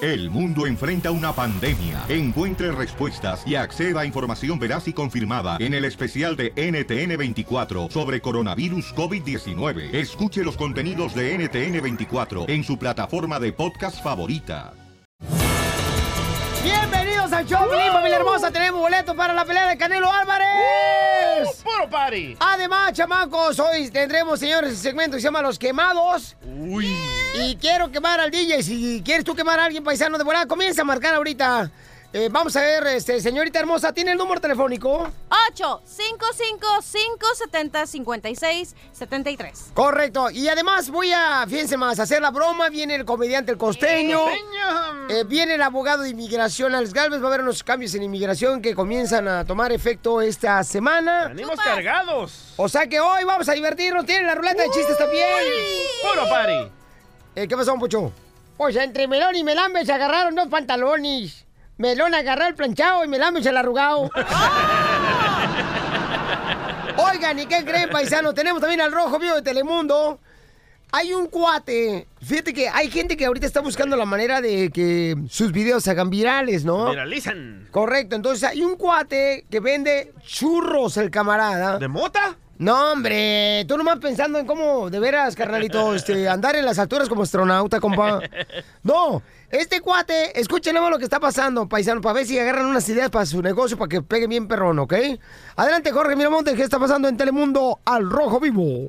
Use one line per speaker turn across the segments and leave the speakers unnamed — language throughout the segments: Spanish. El mundo enfrenta una pandemia. Encuentre respuestas y acceda a información veraz y confirmada en el especial de NTN24 sobre coronavirus COVID-19. Escuche los contenidos de NTN24 en su plataforma de podcast favorita.
Bienvenidos al show, Piolín, familia hermosa. Tenemos boletos para la pelea de Canelo Álvarez.
¡Uh! ¡Puro party!
Además, chamacos, hoy tendremos, señores, el segmento que se llama Los Quemados.
Uy.
Y quiero quemar al DJ. Si quieres tú quemar a alguien paisano de volada, comienza a marcar ahorita. Eh, vamos a ver, este, señorita hermosa, ¿tiene el número telefónico?
8 555 70 56 73
Correcto. Y además voy a, fíjense más, hacer la broma. Viene el comediante El Costeño. Eh, viene el abogado de inmigración, Alex Galvez. Va a haber unos cambios en inmigración que comienzan a tomar efecto esta semana.
Venimos cargados.
O sea que hoy vamos a divertirnos. Tienen la ruleta de chistes también.
¡Puro party!
Eh, ¿Qué pasó, Pucho? Pues entre Melón y Melambe se agarraron dos pantalones. Melón agarró el planchado y Melambe se el arrugado. Oigan, ¿y qué creen, paisano? Tenemos también al Rojo Vivo de Telemundo. Hay un cuate. Fíjate que hay gente que ahorita está buscando la manera de que sus videos se hagan virales,
Oh.
¿no?
Viralizan.
Correcto, entonces hay un cuate que vende churros el camarada.
¿De mota?
No, hombre, tú nomás pensando en cómo, de veras, carnalito, este, andar en las alturas como astronauta, compa. No, este cuate, escuchen nada más lo que está pasando, paisano, para ver si agarran unas ideas para su negocio, para que pegue bien perrón, ¿ok? Adelante, Jorge Miramontes, ¿qué está pasando en Telemundo al Rojo Vivo?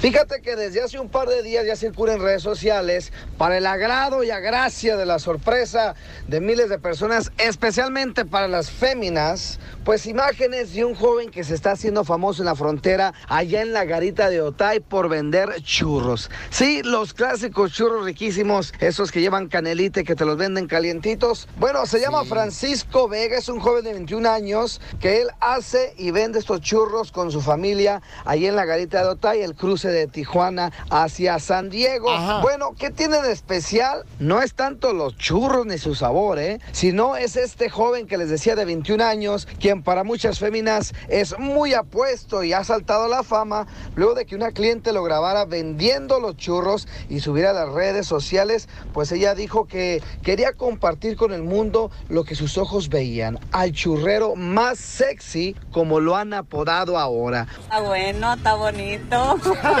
Fíjate que desde hace un par de días ya circula en redes sociales para el agrado y agracia de la sorpresa de miles de personas, especialmente para las féminas, pues imágenes de un joven que se está haciendo famoso en la frontera, allá en la garita de Otay, por vender churros. Sí, los clásicos churros riquísimos, esos que llevan canelite, que te los venden calientitos. Bueno, se llama Francisco Vega, es un joven de 21 años que él hace y vende estos churros con su familia allí en la garita de Otay, el cruce de Tijuana hacia San Diego.
Ajá.
Bueno, ¿qué tiene de especial? No es tanto los churros ni su sabor, ¿eh? sino es este joven que les decía de 21 años, quien para muchas féminas es muy apuesto y ha saltado a la fama luego de que una cliente lo grabara vendiendo los churros y subiera a las redes sociales, pues ella dijo que quería compartir con el mundo lo que sus ojos veían, al churrero más sexy como lo han apodado ahora.
Está bueno, está bonito.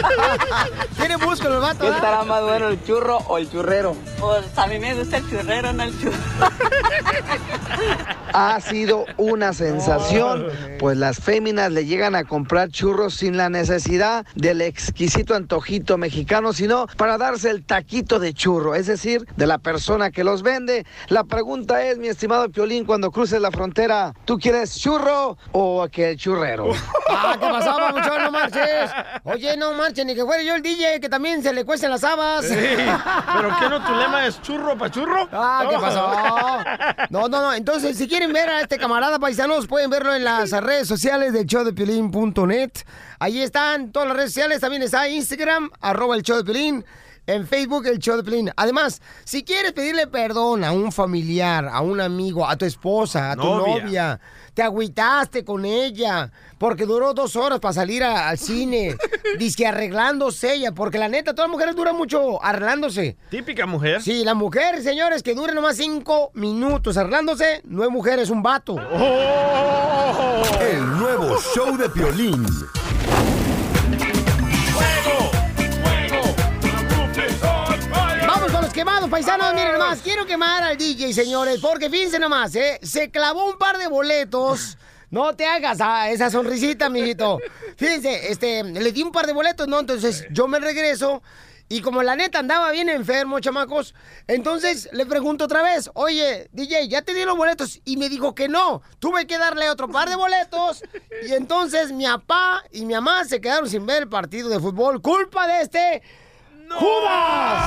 Tiene músculo el vato, ¿eh?
¿Qué
¿verdad?
estará más bueno, el churro o el churrero? Pues a mí me gusta el churrero, no el churro.
ha sido una sensación, pues las féminas le llegan a comprar churros sin la necesidad del exquisito antojito mexicano, sino para darse el taquito de churro, es decir, de la persona que los vende. La pregunta es, mi estimado Piolín, cuando cruces la frontera, ¿tú quieres churro o que churrero?
Ah, ¿qué pasaba, mucho? No marches. Oye, no marches, ni que fuera yo el DJ, que también se le cuecen las habas.
Sí. ¿Pero qué no tu lema es churro pa' churro?
Ah, ¿qué
Oh.
pasó? No, no, no. Entonces, si quieren ver a este camarada paisanos, pueden verlo en las redes sociales del show de Piolín.net. Ahí están todas las redes sociales. También está Instagram, arroba el show de Piolín. En Facebook, el show de Piolín. Además, si quieres pedirle perdón a un familiar, a un amigo, a tu esposa, a tu
Novia.
novia, te agüitaste con ella porque duró dos horas para salir a- al cine, dice arreglándose ella, porque la neta, todas las mujeres duran mucho arreglándose.
Típica mujer.
Sí, la mujer, señores, que dure nomás cinco minutos arreglándose, no es mujer, es un vato.
¡Oh!
El nuevo show de Piolín.
¡Fuego! ¡Fuego!
Vamos con los quemados, paisanos, miren nomás, quiero quemar al DJ, señores, porque fíjense nomás, ¿eh? Se clavó un par de boletos. No te hagas ah, esa sonrisita, mijito. Fíjense, este, le di un par de boletos, ¿no? Entonces yo me regreso y como la neta andaba bien enfermo, chamacos, entonces le pregunto otra vez, oye, DJ, ¿ya te di los boletos? Y me dijo que no, tuve que darle otro par de boletos y entonces mi papá y mi mamá se quedaron sin ver el partido de fútbol. ¡Culpa de este! ¡Judas!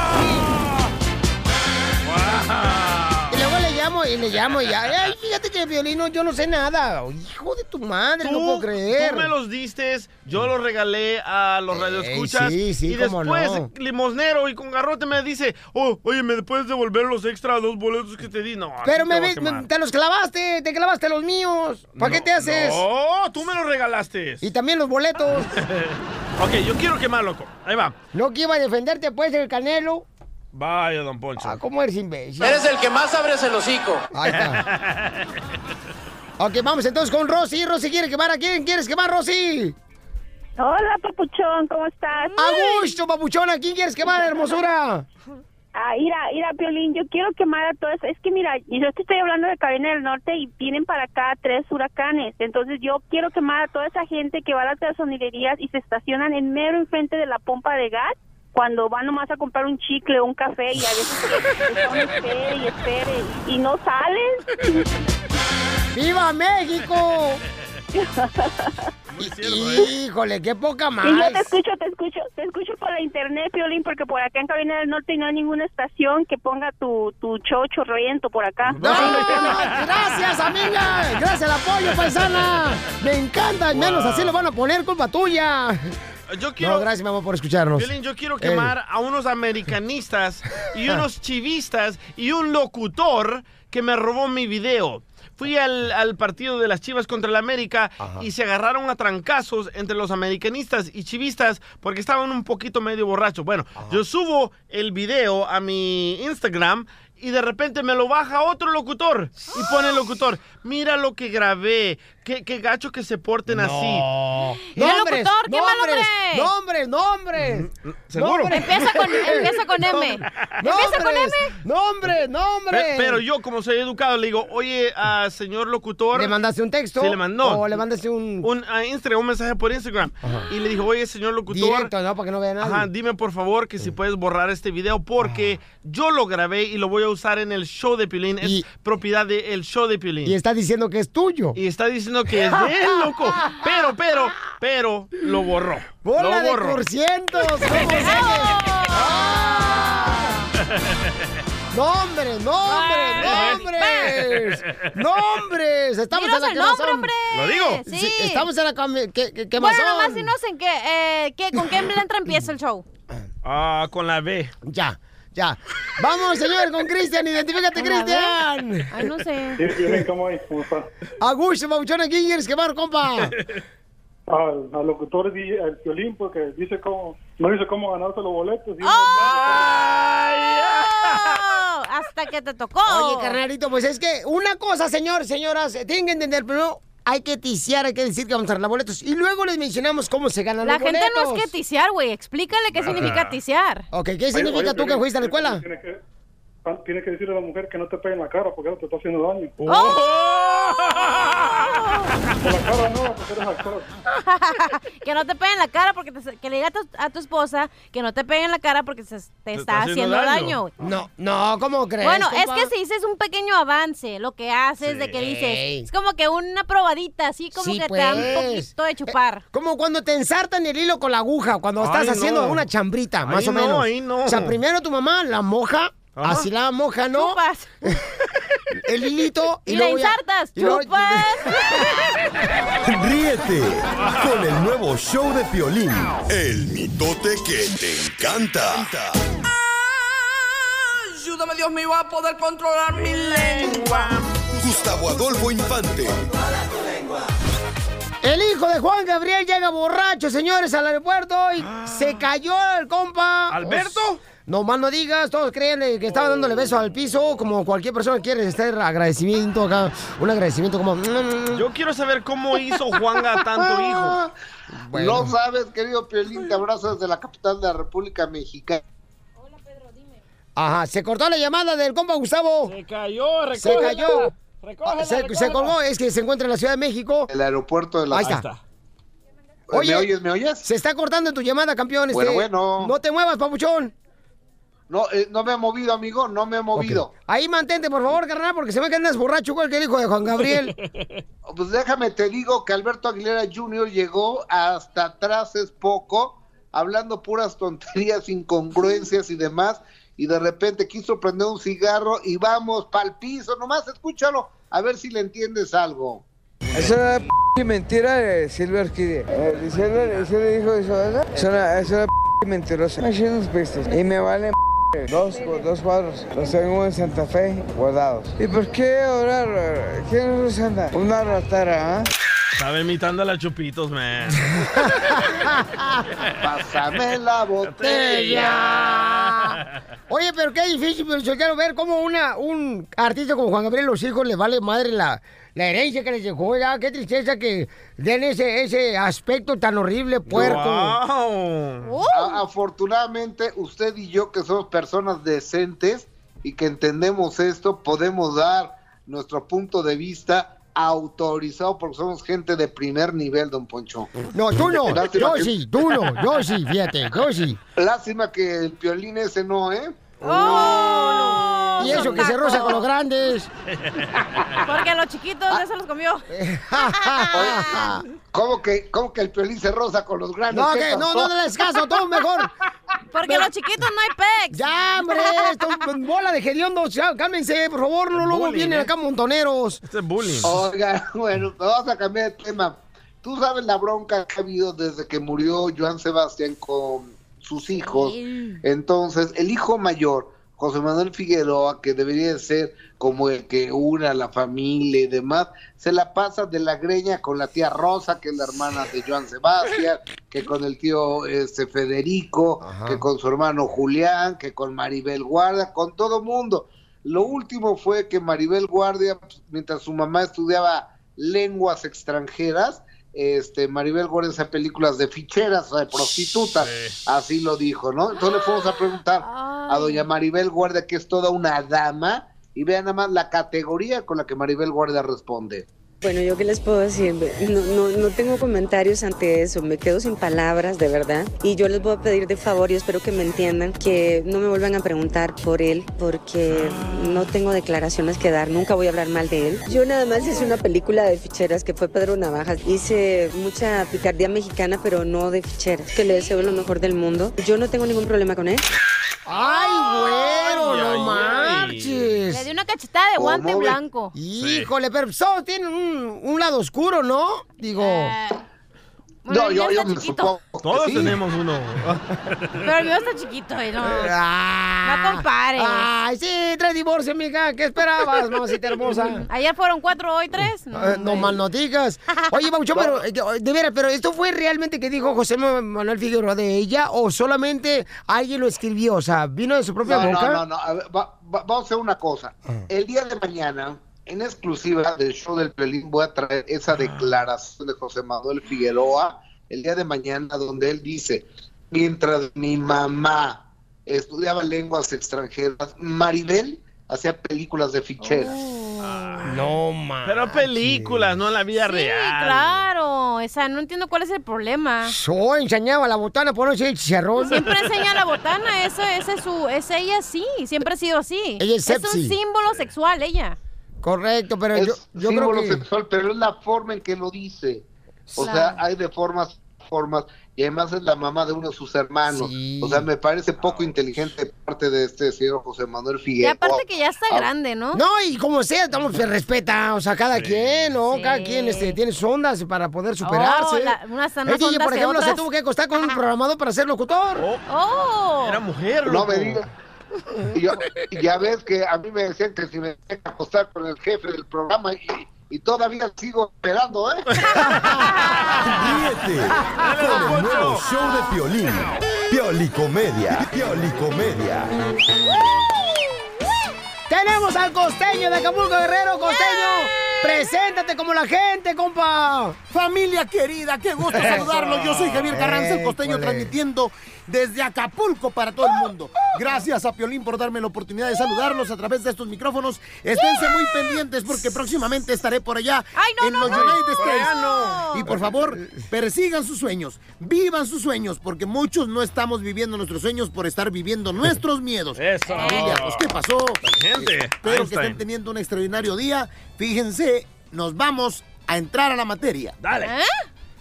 Y luego le llamo y le llamo y ya. Ay, fíjate que violino yo no sé nada. Hijo de tu madre, no puedo creer.
tú me los diste, yo los regalé a los
Ey,
radioescuchas.
sí, sí,
y
cómo
después,
no.
limosnero y con garrote me dice, oh, oye, ¿me puedes devolver los extra dos boletos que te di? No, aquí Ah, te
Pero me,
voy a
ves- me-
quemar.
te los clavaste, te clavaste los míos. ¿Para qué
No,
te haces?
No, tú me los regalaste.
Y también los boletos.
Ok, yo quiero quemar, loco. Ahí va.
No que iba a defenderte, pues, el canelo.
Vaya, don Poncho.
Ah, ¿cómo eres imbécil?
el que más abres el hocico.
Ahí está. Ok, vamos entonces con Rosy. Rosy quiere quemar a quién quieres quemar, Rosy.
Hola, papuchón, ¿cómo estás?
A gusto, papuchona. ¿A ¿Quién quieres quemar, hermosura?
Ah, ira, ira, Piolín, yo quiero quemar a todas. Es que mira, yo te estoy hablando de Carolina del Norte y vienen para acá tres huracanes. Entonces yo quiero quemar a toda esa gente que va a las gasolinerías y se estacionan en mero enfrente de la pompa de gas cuando van nomás a comprar un chicle o un café y a veces están espere y espere y no salen.
¡Viva México! Híjole, qué poca más.
Y yo te escucho, te escucho, te escucho por la internet, Piolín, porque por acá en Cabina del Norte no hay ninguna estación que ponga tu, tu chocho riento por acá.
¡No! ¡Gracias, amiga! ¡Gracias al apoyo, paisana! ¡Me encanta! y Menos así lo van a poner, culpa tuya.
Yo quiero,
No, gracias, mi amor, por escucharnos.
Piolín, yo quiero quemar a unos americanistas y unos chivistas y un locutor que me robó mi video. Fui al, al partido de las Chivas contra el América y se agarraron a trancazos entre los americanistas y chivistas porque estaban un poquito medio borrachos. Bueno, yo subo el video a mi Instagram y de repente me lo baja otro locutor y pone el locutor, mira lo que grabé, qué, qué gacho que se porten así.
¡Era locutor! ¡Qué mal
nombres, nombres,
hombre!
nombres.
¿Seguro?
Nombres.
Mm, Empieza con, empieza con M. Empieza con M.
Nombres, Nombres, nombres.
Pe- Pero yo, como soy educado, le digo, oye, ah, señor locutor.
¿Le mandaste un texto?
Sí, le mandó.
O le mandaste un,
un, ah, Instagram, un mensaje por Instagram. Y le dijo, oye, señor locutor.
directo, ¿no? Para que no vea nada.
Ajá, dime por favor que si puedes borrar este video porque yo lo grabé y lo voy a usar en el show de Pilín. Es
Ah. Y-
propiedad del show de Pilín.
y está diciendo que es tuyo.
Y está diciendo que es de él, loco. Pero, pero, pero, lo borró.
¡Bola
lo
de
borró.
cursientos! ¿Cómo se ¡Nombres, nombres,
Ah,
nombres! ¡Nombres! Estamos en
Dinos
la
el nombre,
quemazón.
hombre.
¿Lo digo?
Sí.
Sí, Estamos en la cami- que- que- quemazón.
Bueno, nomás dinos en qué, eh, qué- con qué letra empieza el show.
Ah, con la B.
Ya, ya. Vamos, señor, con Cristian. Identifícate, Cristian.
Ay, no sé.
¿Cómo disculpa?
Augusto, Mauchón, ¿a quién quieres quemar, compa?
Al, al locutor, di- al violín, porque dice cómo, no dice cómo ganarse los boletos. y uno-
Oh, hasta que te tocó.
Oye, carnalito, pues es que una cosa, señor, señoras, tienen que entender primero. Hay que ticiar, hay que decir que vamos a arreglar boletos. Y luego les mencionamos cómo se ganan
La
los
gente
boletos.
no es que ticiar, güey. Explícale qué significa ticiar.
Ok, ¿qué
Oye,
significa
oye,
tú que
Piolín,
fuiste a la escuela?
Tienes que, ah, tienes que decirle a la mujer que no te pegue en la cara porque eso te está haciendo daño. Por la cara no, porque eres actor.
Que no te peguen la cara porque te- que le diga a tu, a tu esposa que no te peguen la cara porque se- te está haciendo daño. güey.
No, no, ¿cómo crees?
Bueno, es
compa?
que si dices un pequeño avance, lo que haces de que
Ey.
dices, es como que una probadita, así como
Sí,
que te da un
pues.
poquito de chupar.
Como cuando te ensartan el hilo con la aguja, cuando estás
Ay, no.
haciendo una chambrita, más
Ahí
o
no,
menos.
ahí no.
O sea, primero tu mamá la moja,
Ajá.
así la moja, ¿no?
Chupas.
El hilito y,
Y, la
luego ya-
insertas,
y luego-
chupas.
Ríete con el nuevo show de Piolín.
El mitote que te encanta.
Ayúdame, Dios mío, a poder controlar mi lengua.
Gustavo Adolfo Infante.
El hijo de Juan Gabriel llega borracho, señores, al aeropuerto y se cayó el compa.
Ah. ¿Alberto?
Os- No más no digas, todos creen eh, que estaba dándole besos al piso, como cualquier persona quiere estar agradecimiento acá, un agradecimiento como... "Mm,
Yo quiero saber cómo hizo Juanga tanto hijo.
Bueno.
No sabes, querido Piolín, te abrazo desde la capital de la República Mexicana.
Ajá, se cortó la llamada del compa Gustavo.
Se cayó,
Se cayó.
Recógela,
Ah, se, se colgó, es que se encuentra en la Ciudad de México.
El aeropuerto de la...
Ahí está.
¿Me
Oye.
oyes, me oyes?
Se está cortando tu llamada, campeón.
Bueno,
este,
bueno.
No te muevas, papuchón.
No, eh, no me he movido, amigo, no me he movido.
Ok. Ahí mantente, por favor, carnal, porque se ve que andas borracho igual que el hijo de Juan Gabriel.
Pues déjame te digo que Alberto Aguilera Jr. llegó hasta atrás es poco, hablando puras tonterías, incongruencias y demás, y de repente quiso prender un cigarro y vamos pa'l piso, nomás escúchalo, a ver si le entiendes algo.
Es una p mentira de Silver Kid. Eh, de Silver, Silver dijo eso, ¿verdad? Es una, es una p mentirosa. Me eché unos pistas y me valen p dos, dos cuadros. Los tengo en Santa Fe guardados. ¿Y por qué orar? ¿Quién nos anda? Una ratara, ¿ah?
Estaba imitando a la Chupitos, man.
Pásame la botella.
Ella.
Oye, pero qué difícil, pero yo quiero ver cómo una, un artista como Juan Gabriel, los hijos les vale madre la, la herencia que les dejó. Ya, qué tristeza que den ese, ese aspecto tan horrible, puerco.
Wow. A- afortunadamente, usted y yo, que somos personas decentes y que entendemos esto, podemos dar nuestro punto de vista autorizado porque somos gente de primer nivel, don Poncho.
No, tú no.
Lástima
Yo
que-
sí, tú no. Yo sí, fíjate, yo sí.
Lástima que el piolín ese no, ¿eh?
Y eso que se roza con los grandes. Eh.
Porque a los chiquitos ya se los comió.
¿Cómo que, cómo que el piolín se roza con los grandes?
No,
¿Qué
que- no,
pasó?
no, no les caso, tú mejor.
Porque los chiquitos no hay pex.
Ya, hombre, esto, bola de hediondos, ya, cálmense, por favor, no luego
bullying,
vienen
¿eh?
acá montoneros.
Este es
Oiga, bueno, vamos a cambiar de tema. Tú sabes la bronca que ha habido desde que murió Joan Sebastián con sus hijos.
Sí.
Entonces, el hijo mayor, José Manuel Figueroa, que debería de ser como el que una a la familia y demás, se la pasa de la greña con la tía Rosa, que es la hermana de Joan Sebastián, que con el tío este, Federico, que con su hermano Julián, que con Maribel Guarda, con todo mundo. Lo último fue que Maribel Guardia, pues, mientras su mamá estudiaba lenguas extranjeras, este Maribel Guardia hacía películas de ficheras, o de prostitutas, así lo dijo, ¿no? Entonces le fuimos a preguntar a doña Maribel Guardia, que es toda una dama, y vean nada más la categoría con la que Maribel Guardia responde.
Bueno, yo qué les puedo decir, no, no, no tengo comentarios ante eso, me quedo sin palabras, de verdad. Y yo les voy a pedir de favor, y espero que me entiendan, que no me vuelvan a preguntar por él, porque no tengo declaraciones que dar, nunca voy a hablar mal de él. Yo nada más hice una película de ficheras que fue Pedro Navajas. Hice mucha picardía mexicana, pero no de ficheras. Que le deseo lo mejor del mundo. Yo no tengo ningún problema con él.
¡Ay, güero, no marches!
Le di una cachetada de guante
¿Cómo ve?
blanco.
Híjole, pero pues, todos tienen un, un lado oscuro, ¿no? Digo.
Eh, Bueno, No, el yo- mío yo está me chiquito.
supongo
Todos tenemos uno.
Pero el mío está chiquito, y no.
Ah.
no compares.
Ay, sí, tres divorcios, mija. ¿Qué esperabas, mamacita hermosa?
Ayer fueron cuatro, hoy tres. No,
Eh, no mal no digas. Oye, Baucho, pero eh, yo, de veras, pero esto fue realmente que dijo José Ma- Manuel Figueroa de ella o solamente alguien lo escribió, o sea, vino de su propia
no,
boca. Ah.
No, no, no. A ver, va- va- vamos a hacer una cosa. El día de mañana, en exclusiva del show del Pelín, voy a traer
Ah.
esa declaración de José Manuel Figueroa el día de mañana, donde él dice: Mientras mi mamá estudiaba lenguas extranjeras, Maribel hacía películas de ficheras.
Oh. No, man.
Pero películas, no la vida real.
Claro, o sea, no entiendo cuál es el problema.
Yo Oh, enseñaba la botana por no ser chicharrón.
Siempre enseña la botana, eso, ese es su, es ella sí, siempre ha sido así.
Ella es
un
sexy.
símbolo sexual, ella.
Correcto, pero
es
yo, yo creo
símbolo
que.
sexual, pero es la forma en que lo dice. O
Claro.
sea, hay de formas, formas, y además es la mamá de uno de sus hermanos. O sea, me parece poco inteligente de parte de este señor José Manuel
Y
Figueroa.
aparte que ya está grande, ¿no?
No, y como sea, estamos, se respeta, o sea, cada quien, ¿no? Cada quien este, tiene sus ondas para poder superarse.
Oh, la- unas están
El
más
DJ,
ondas
por
que
ejemplo, se
otras.
tuvo que acostar con un programador para ser locutor.
¡Oh!
Era mujer,
No
loco.
me digas. Yo- ya ves que a mí me decían que si me tenía que acostar con el jefe del programa y, y todavía sigo esperando, ¿eh?
Ríete con el nuevo show de Piolín. Piolicomedia, Piolicomedia.
Tenemos al costeño de Acapulco Guerrero, costeño. Preséntate como la gente, compa.
Familia querida, qué gusto saludarlos. Yo soy Javier Carranza, el costeño,
École.
transmitiendo desde Acapulco para todo el mundo. Gracias a Piolín por darme la oportunidad de saludarlos a través de estos micrófonos. Esténse muy pendientes porque próximamente estaré por allá
Ay, no,
en
no,
los
no.
United
Por allá
States.
no.
Y por favor, persigan sus sueños, vivan sus sueños, porque muchos no estamos viviendo nuestros sueños por estar viviendo nuestros miedos. Eso. ¿qué pasó?
Gente,
Espero que
Einstein.
estén teniendo un extraordinario día. Fíjense, nos vamos a entrar a la materia. Dale.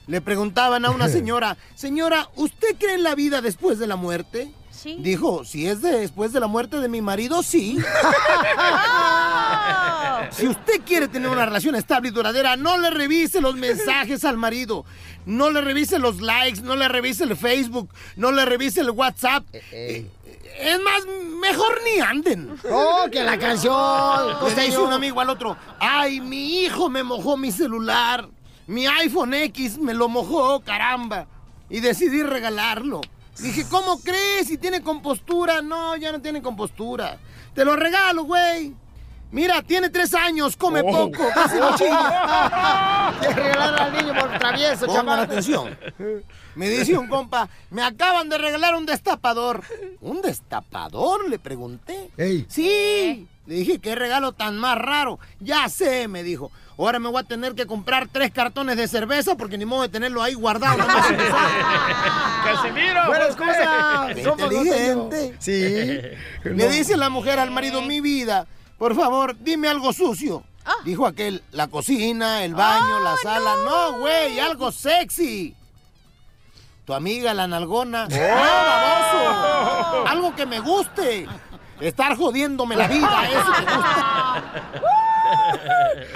Le preguntaban a una señora, señora, ¿usted cree en la vida después de la muerte?
Sí.
Dijo, si es de- después de la muerte de mi marido, sí. Si usted quiere tener una relación estable y duradera, no le revise los mensajes al marido, no le revise los likes, no le revise el Facebook, no le revise el WhatsApp. Es más, mejor ni anden.
Oh, que la canción,
Le dice
costeño.
un amigo al otro, ay, mi hijo me mojó mi celular, mi iPhone X me lo mojó, caramba, y decidí regalarlo. Dije, ¿cómo crees? Si tiene compostura. No, ya no tiene compostura. Te lo regalo, güey. Mira, tiene tres años, come
Oh.
poco, casi no chilla.
Quiere regalar al niño por travieso,
Pongan
chaval.
atención. Me dice un compa, me acaban de regalar un destapador. ¿Un destapador? Le pregunté. Sí. Le dije, qué regalo tan más raro. Ya sé, me dijo. Ahora me voy a tener que comprar tres cartones de cerveza porque ni modo de tenerlo ahí guardado. nada más sin usar.
¡Casimiro!
Buenas
¿por qué?
cosas. Somos inteligente. Sí. Le dice la mujer al marido, mi vida, por favor, dime algo sucio. Dijo aquel, la cocina, el baño, la sala. No, güey, algo sexy. Tu amiga, la nalgona. ¡No, baboso! Algo que me guste. Estar jodiéndome la vida, eso me gusta.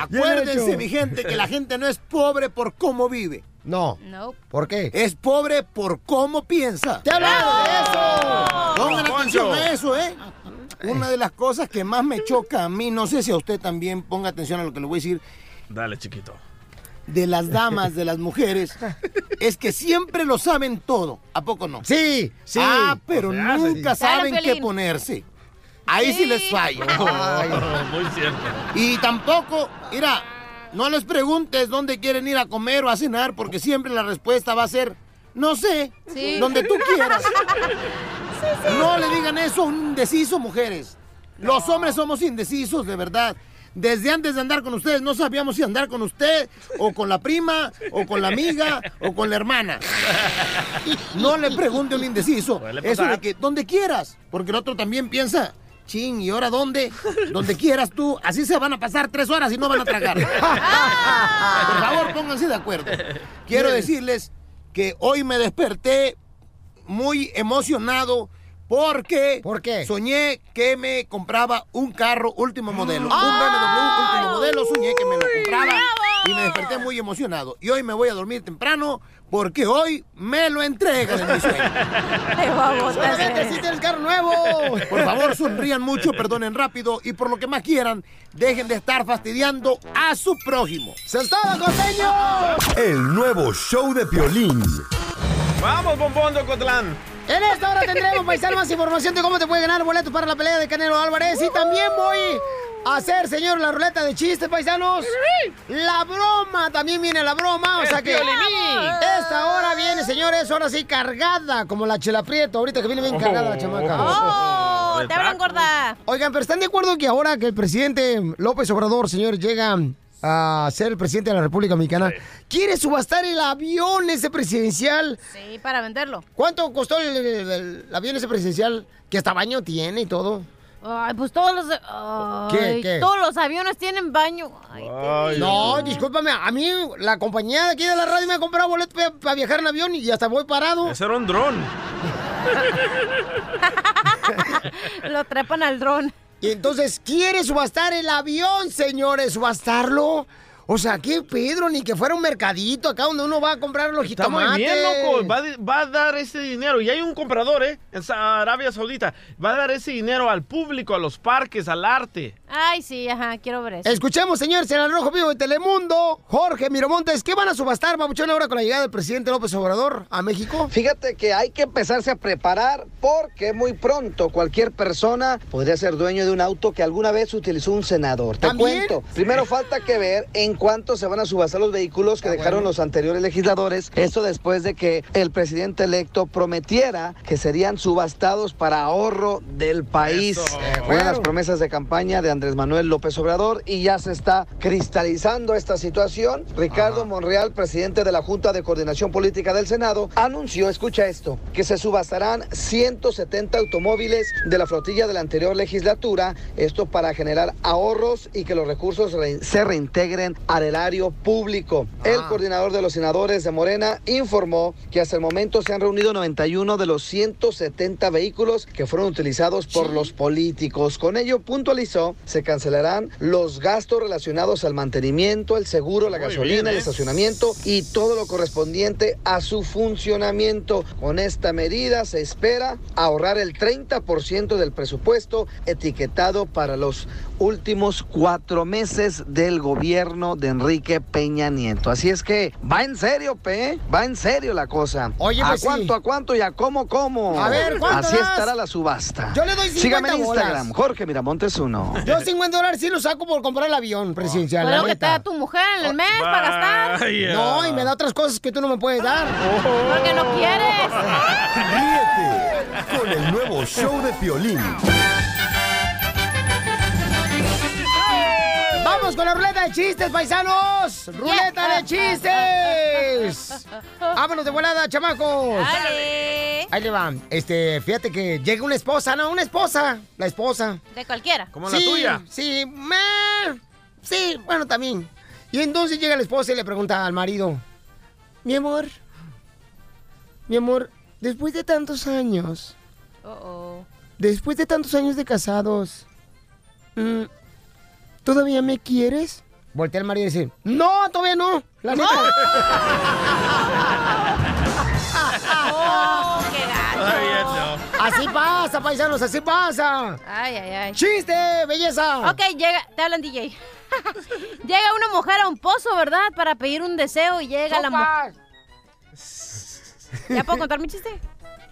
Acuérdense,
hecho.
mi gente, que la gente no es pobre por cómo vive.
No.
No.
¿Por qué?
Es pobre por cómo piensa.
¡Te he hablado de
eso! Pongan
Poncho.
atención a eso, ¿eh? Una de las cosas que más me choca a mí, no sé si a usted también ponga atención a lo que le voy a decir,
Dale, chiquito.
de las damas, de las mujeres, es que siempre lo saben todo. ¿A poco no?
Sí, sí.
Ah, pero
O sea, sí. Claro,
nunca saben qué
Piolín.
ponerse. Ahí sí, les fallo.
muy cierto.
Y tampoco, mira, no les preguntes dónde quieren ir a comer o a cenar, porque siempre la respuesta va a ser, no sé,
Sí.
donde tú quieras.
sí.
No le digan eso a un indeciso, mujeres. Los hombres somos indecisos, de verdad. Desde antes de andar con ustedes no sabíamos si andar con usted o con la prima o con la amiga o con la hermana. No le pregunte a un indeciso. Eso
pasar.
de que donde quieras, porque el otro también piensa, ching, ¿y ahora dónde? Donde quieras tú. Así se van a pasar tres horas y no van a tragar. Por favor, pónganse de acuerdo. Quiero decirles que hoy me desperté muy emocionado porque soñé que me compraba un carro último modelo, un BMW último modelo, soñé que me lo compraba y me desperté muy emocionado. Y hoy me voy a dormir temprano porque hoy me lo entregan en mi sueño.
Solamente si tienes carro nuevo.
Por favor, sonrían mucho, perdonen rápido y por lo que más quieran, dejen de estar fastidiando a su prójimo.
¡Se estaba costeño!
El nuevo show de Piolín.
Vamos, bombón de Ocotlán.
En esta hora tendremos, paisano, más información de cómo te puede ganar boletos para la pelea de Canelo Álvarez. Y también voy a hacer, señor, la ruleta de chistes, paisanos. La broma, también viene la broma. O sea que
Piolinín.
esta hora viene, señores, ahora sí cargada, como la chela prieto. Ahorita que viene bien cargada la chamaca.
¡Oh! ¡Te hablan gorda!
Oigan, pero ¿están de acuerdo que ahora que el presidente López Obrador, señor, llega a ser el presidente de la República Dominicana, quiere subastar el avión ese presidencial?
Sí, para venderlo.
¿Cuánto costó el, el- el avión ese presidencial? Que hasta baño tiene y todo.
Ay, pues todos los... ay,
¿Qué, qué?
Todos los aviones tienen baño. Ay,
no, discúlpame, a mí la compañía de aquí de la radio me ha comprado boleto para viajar en avión y hasta voy parado.
Ese era un dron.
Lo trepan al dron. Y entonces, ¿quiere subastar el avión, señores? ¿Subastarlo? O sea, ¿qué Pedro? Ni que fuera un mercadito acá donde uno va a comprar los
Está muy
jitomates.
bien, loco. Va, de- va a dar ese dinero. Y hay un comprador, ¿eh? En Sa- Arabia Saudita. Va a dar ese dinero al público, a los parques, al arte.
Ay, sí, ajá, quiero ver eso.
Escuchemos, señores, en el Rojo Vivo de Telemundo, Jorge Miramontes, ¿qué van a subastar, Mabuchón, ahora con la llegada del presidente López Obrador a México?
Fíjate que hay que empezarse a preparar porque muy pronto cualquier persona podría ser dueño de un auto que alguna vez utilizó un senador. Te
¿También?
cuento. Primero falta que ver en cuánto se van a subastar los vehículos que dejaron los anteriores legisladores. Esto después de que el presidente electo prometiera que serían subastados para ahorro del país. Una de las promesas de campaña de Andrés Manuel López Obrador y ya se está cristalizando esta situación. Ricardo Monreal, presidente de la Junta de Coordinación Política del Senado, anunció, escucha esto, que se subastarán 170 automóviles de la flotilla de la anterior legislatura, esto para generar ahorros y que los recursos rein- se reintegren al erario público. El coordinador de los senadores de Morena informó que hasta el momento se han reunido 91 de los 170 vehículos que fueron utilizados por los políticos. Con ello puntualizó se cancelarán los gastos relacionados al mantenimiento, el seguro, la
Muy
gasolina,
bien,
el
¿eh?
estacionamiento y todo lo correspondiente a su funcionamiento. Con esta medida se espera ahorrar el 30% del presupuesto etiquetado para los últimos cuatro meses del gobierno de Enrique Peña Nieto. Así es que va en serio, Pe, va en serio la cosa.
Oye,
¿a
pues sí.
cuánto, a cuánto y a cómo, cómo?
A ver, ¿cuánto
Así
das?
estará la subasta.
Yo le doy 50
Sígame en
bolas.
Instagram, Jorge Miramontes uno.
Yo 50 dólares sí lo saco por comprar el avión presidencial. la
Pero que te
neta.
da tu mujer en el mes para gastar.
Vaya. No, y me da otras cosas que tú no me puedes dar.
Porque no quieres.
Ríete con el nuevo show de Piolín.
Vamos con la ruleta de chistes, paisanos. Ruleta de chistes. Vámonos de volada, chamacos.
Dale.
Ahí le va. Este, fíjate que llega una esposa, no, una esposa, la esposa.
De cualquiera.
Sí, Sí, me- sí, bueno, también. Y entonces llega la esposa y le pregunta al marido, mi amor, mi amor, después de tantos años,
Oh, oh.
después de tantos años de casados, mm, ¿todavía me quieres? Voltea al marido y dice, no, todavía no, la neta".
Oh, qué gato.
Así pasa, paisanos, así pasa.
Ay, ay, ay.
¡Chiste, belleza!
Ok, llega, te hablan DJ. llega una mujer a un pozo, ¿verdad? Para pedir un deseo y llega la mujer. ¿Ya puedo contar mi chiste?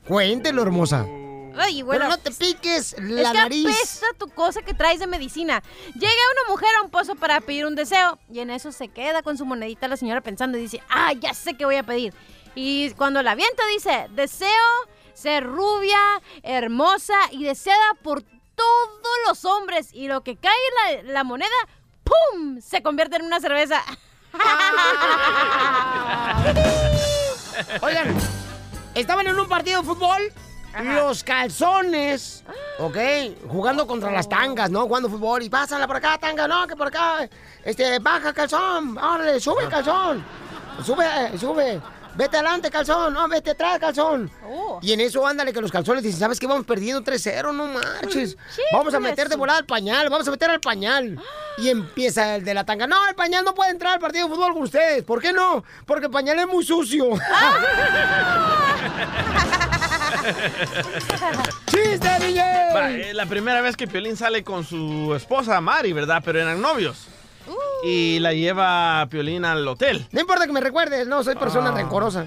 Cuéntelo, hermosa.
Ay, bueno.
Pero no te piques la
es que
nariz.
apesta tu cosa que traes de medicina. Llega una mujer a un pozo para pedir un deseo y en eso se queda con su monedita la señora pensando y dice, ah, ya sé qué voy a pedir. Y cuando la avienta dice, deseo ser rubia, hermosa y deseada por todos los hombres. Y lo que cae la, la moneda, ¡pum! Se convierte en una cerveza.
Oigan, estaban en un partido de fútbol. Los calzones, ¿ok? Jugando contra las tangas, ¿no? Jugando fútbol y pásala por acá, tanga, no, que por acá, este, baja calzón, órale, sube calzón, sube, eh, sube, vete adelante calzón, no, vete atrás calzón.
Oh.
Y en eso, ándale, que los calzones dicen, ¿sabes qué? Vamos perdiendo 3-0, no marches. Vamos a meter de volada al pañal, vamos a meter al pañal. Y empieza el de la tanga, no, el pañal no puede entrar al partido de fútbol con ustedes, ¿por qué no? Porque el pañal es muy sucio. ¡Chiste, DJ!
Va, eh, la primera vez que Piolín sale con su esposa Mari, ¿verdad? Pero eran novios. Y la lleva Piolín al hotel.
No importa que me recuerdes, no, soy persona rencorosa.
Ay,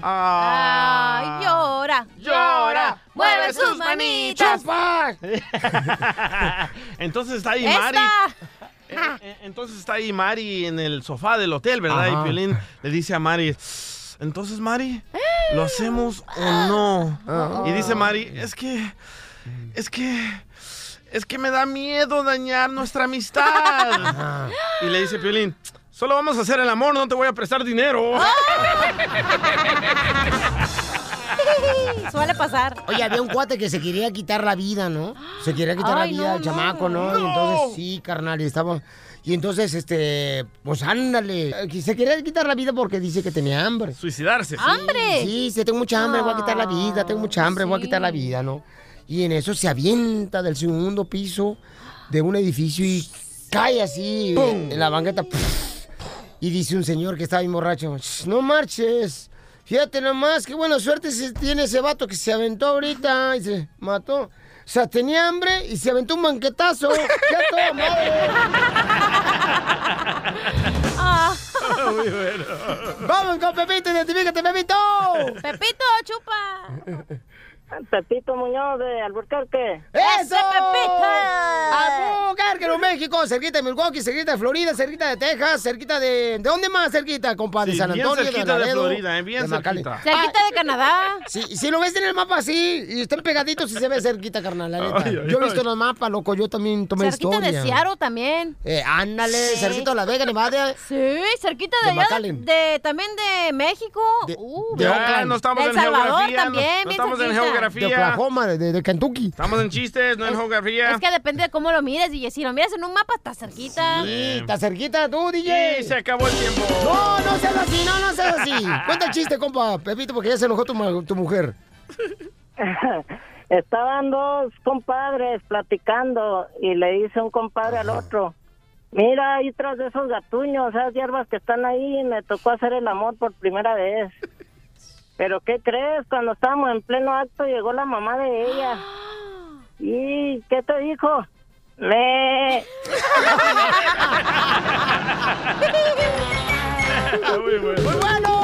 Ah. llora,
Llora.
mueve sus manitas.
¡Chupa!
Entonces está ahí
Esta.
Mari. Eh, eh, Entonces está ahí Mari en el sofá del hotel, ¿verdad?
Ajá.
Y Piolín le dice a Mari, entonces Mari, ¿lo hacemos o no? Y dice Mari, es que, es que, es que me da miedo dañar nuestra amistad. Y le dice Piolín, solo vamos a hacer el amor, no te voy a prestar dinero.
Ah. Suele pasar.
Oye, había un cuate que se quería quitar la vida, ¿no? Se quería quitar
Ay,
la vida
no,
el chamaco, ¿no? Y
no.
entonces, sí, carnal, y estaba... Y entonces, este, pues ándale. Eh, Se quería quitar la vida porque dice que tenía hambre.
Suicidarse.
¡Hambre! Ah,
Sí, sí, tengo mucha hambre, voy a quitar la vida, tengo mucha hambre, voy a quitar la vida, ¿no? Y en eso se avienta del segundo piso de un edificio y cae así en la banqueta. Y dice un señor que estaba bien borracho, "Shh, no marches. Fíjate nomás, qué buena suerte se tiene ese vato que se aventó ahorita y se mató. O sea, tenía hambre y se aventó un banquetazo. ¡Ya todo
Ah.
Muy bueno.
¡Vamos con Pepito! ¡Identifícate, Pepito!
Pepito, chupa.
Pepito Muñoz de Alburquerque.
¡Eso!
Pepito!
¡Albuquerque, México! Cerquita de Milwaukee, cerquita de Florida, cerquita de Texas, cerquita de... ¿De dónde más cerquita, compadre?
Sí,
San
bien
Antonio,
cerquita de
Laredo,
Florida, eh, bien
de McAllen.
cerquita.
Cerquita de Canadá.
Ah. Sí, si lo ves en el mapa así, y están pegaditos y se ve cerquita, carnal, la neta.
Ay, ay,
yo he visto
ay.
los mapas, loco, yo también tomé
Cerquita
historia.
de Seattle también.
Eh, ándale,
Sí.
cerquita de Las Vegas, Nevada.
Sí, cerquita
De
de, allá, de,
McAllen.
de- también de México. Uh,
de
de
Oakland.
no estamos
El
en
Salvador
geografía, no-
también,
no
bien
estamos en
cerquita.
geografía.
De Oklahoma, de, de Kentucky.
Estamos en chistes, no en geografía.
Es que depende de cómo lo mires, DJ. Si lo miras en un mapa, está cerquita.
Sí,
está cerquita tú, DJ.
Y se acabó el tiempo.
No, no seas así, no, no seas así. Cuenta el chiste, compa, Pepito, porque ya se enojó tu, ma- tu mujer.
Estaban dos compadres platicando y le dice un compadre al otro, mira, ahí tras de esos gatuños, esas hierbas que están ahí, me tocó hacer el amor por primera vez. Pero ¿qué crees? Cuando estábamos en pleno acto llegó la mamá de ella. ¿Y qué te dijo? Me...
Muy bueno. ¡Muy bueno!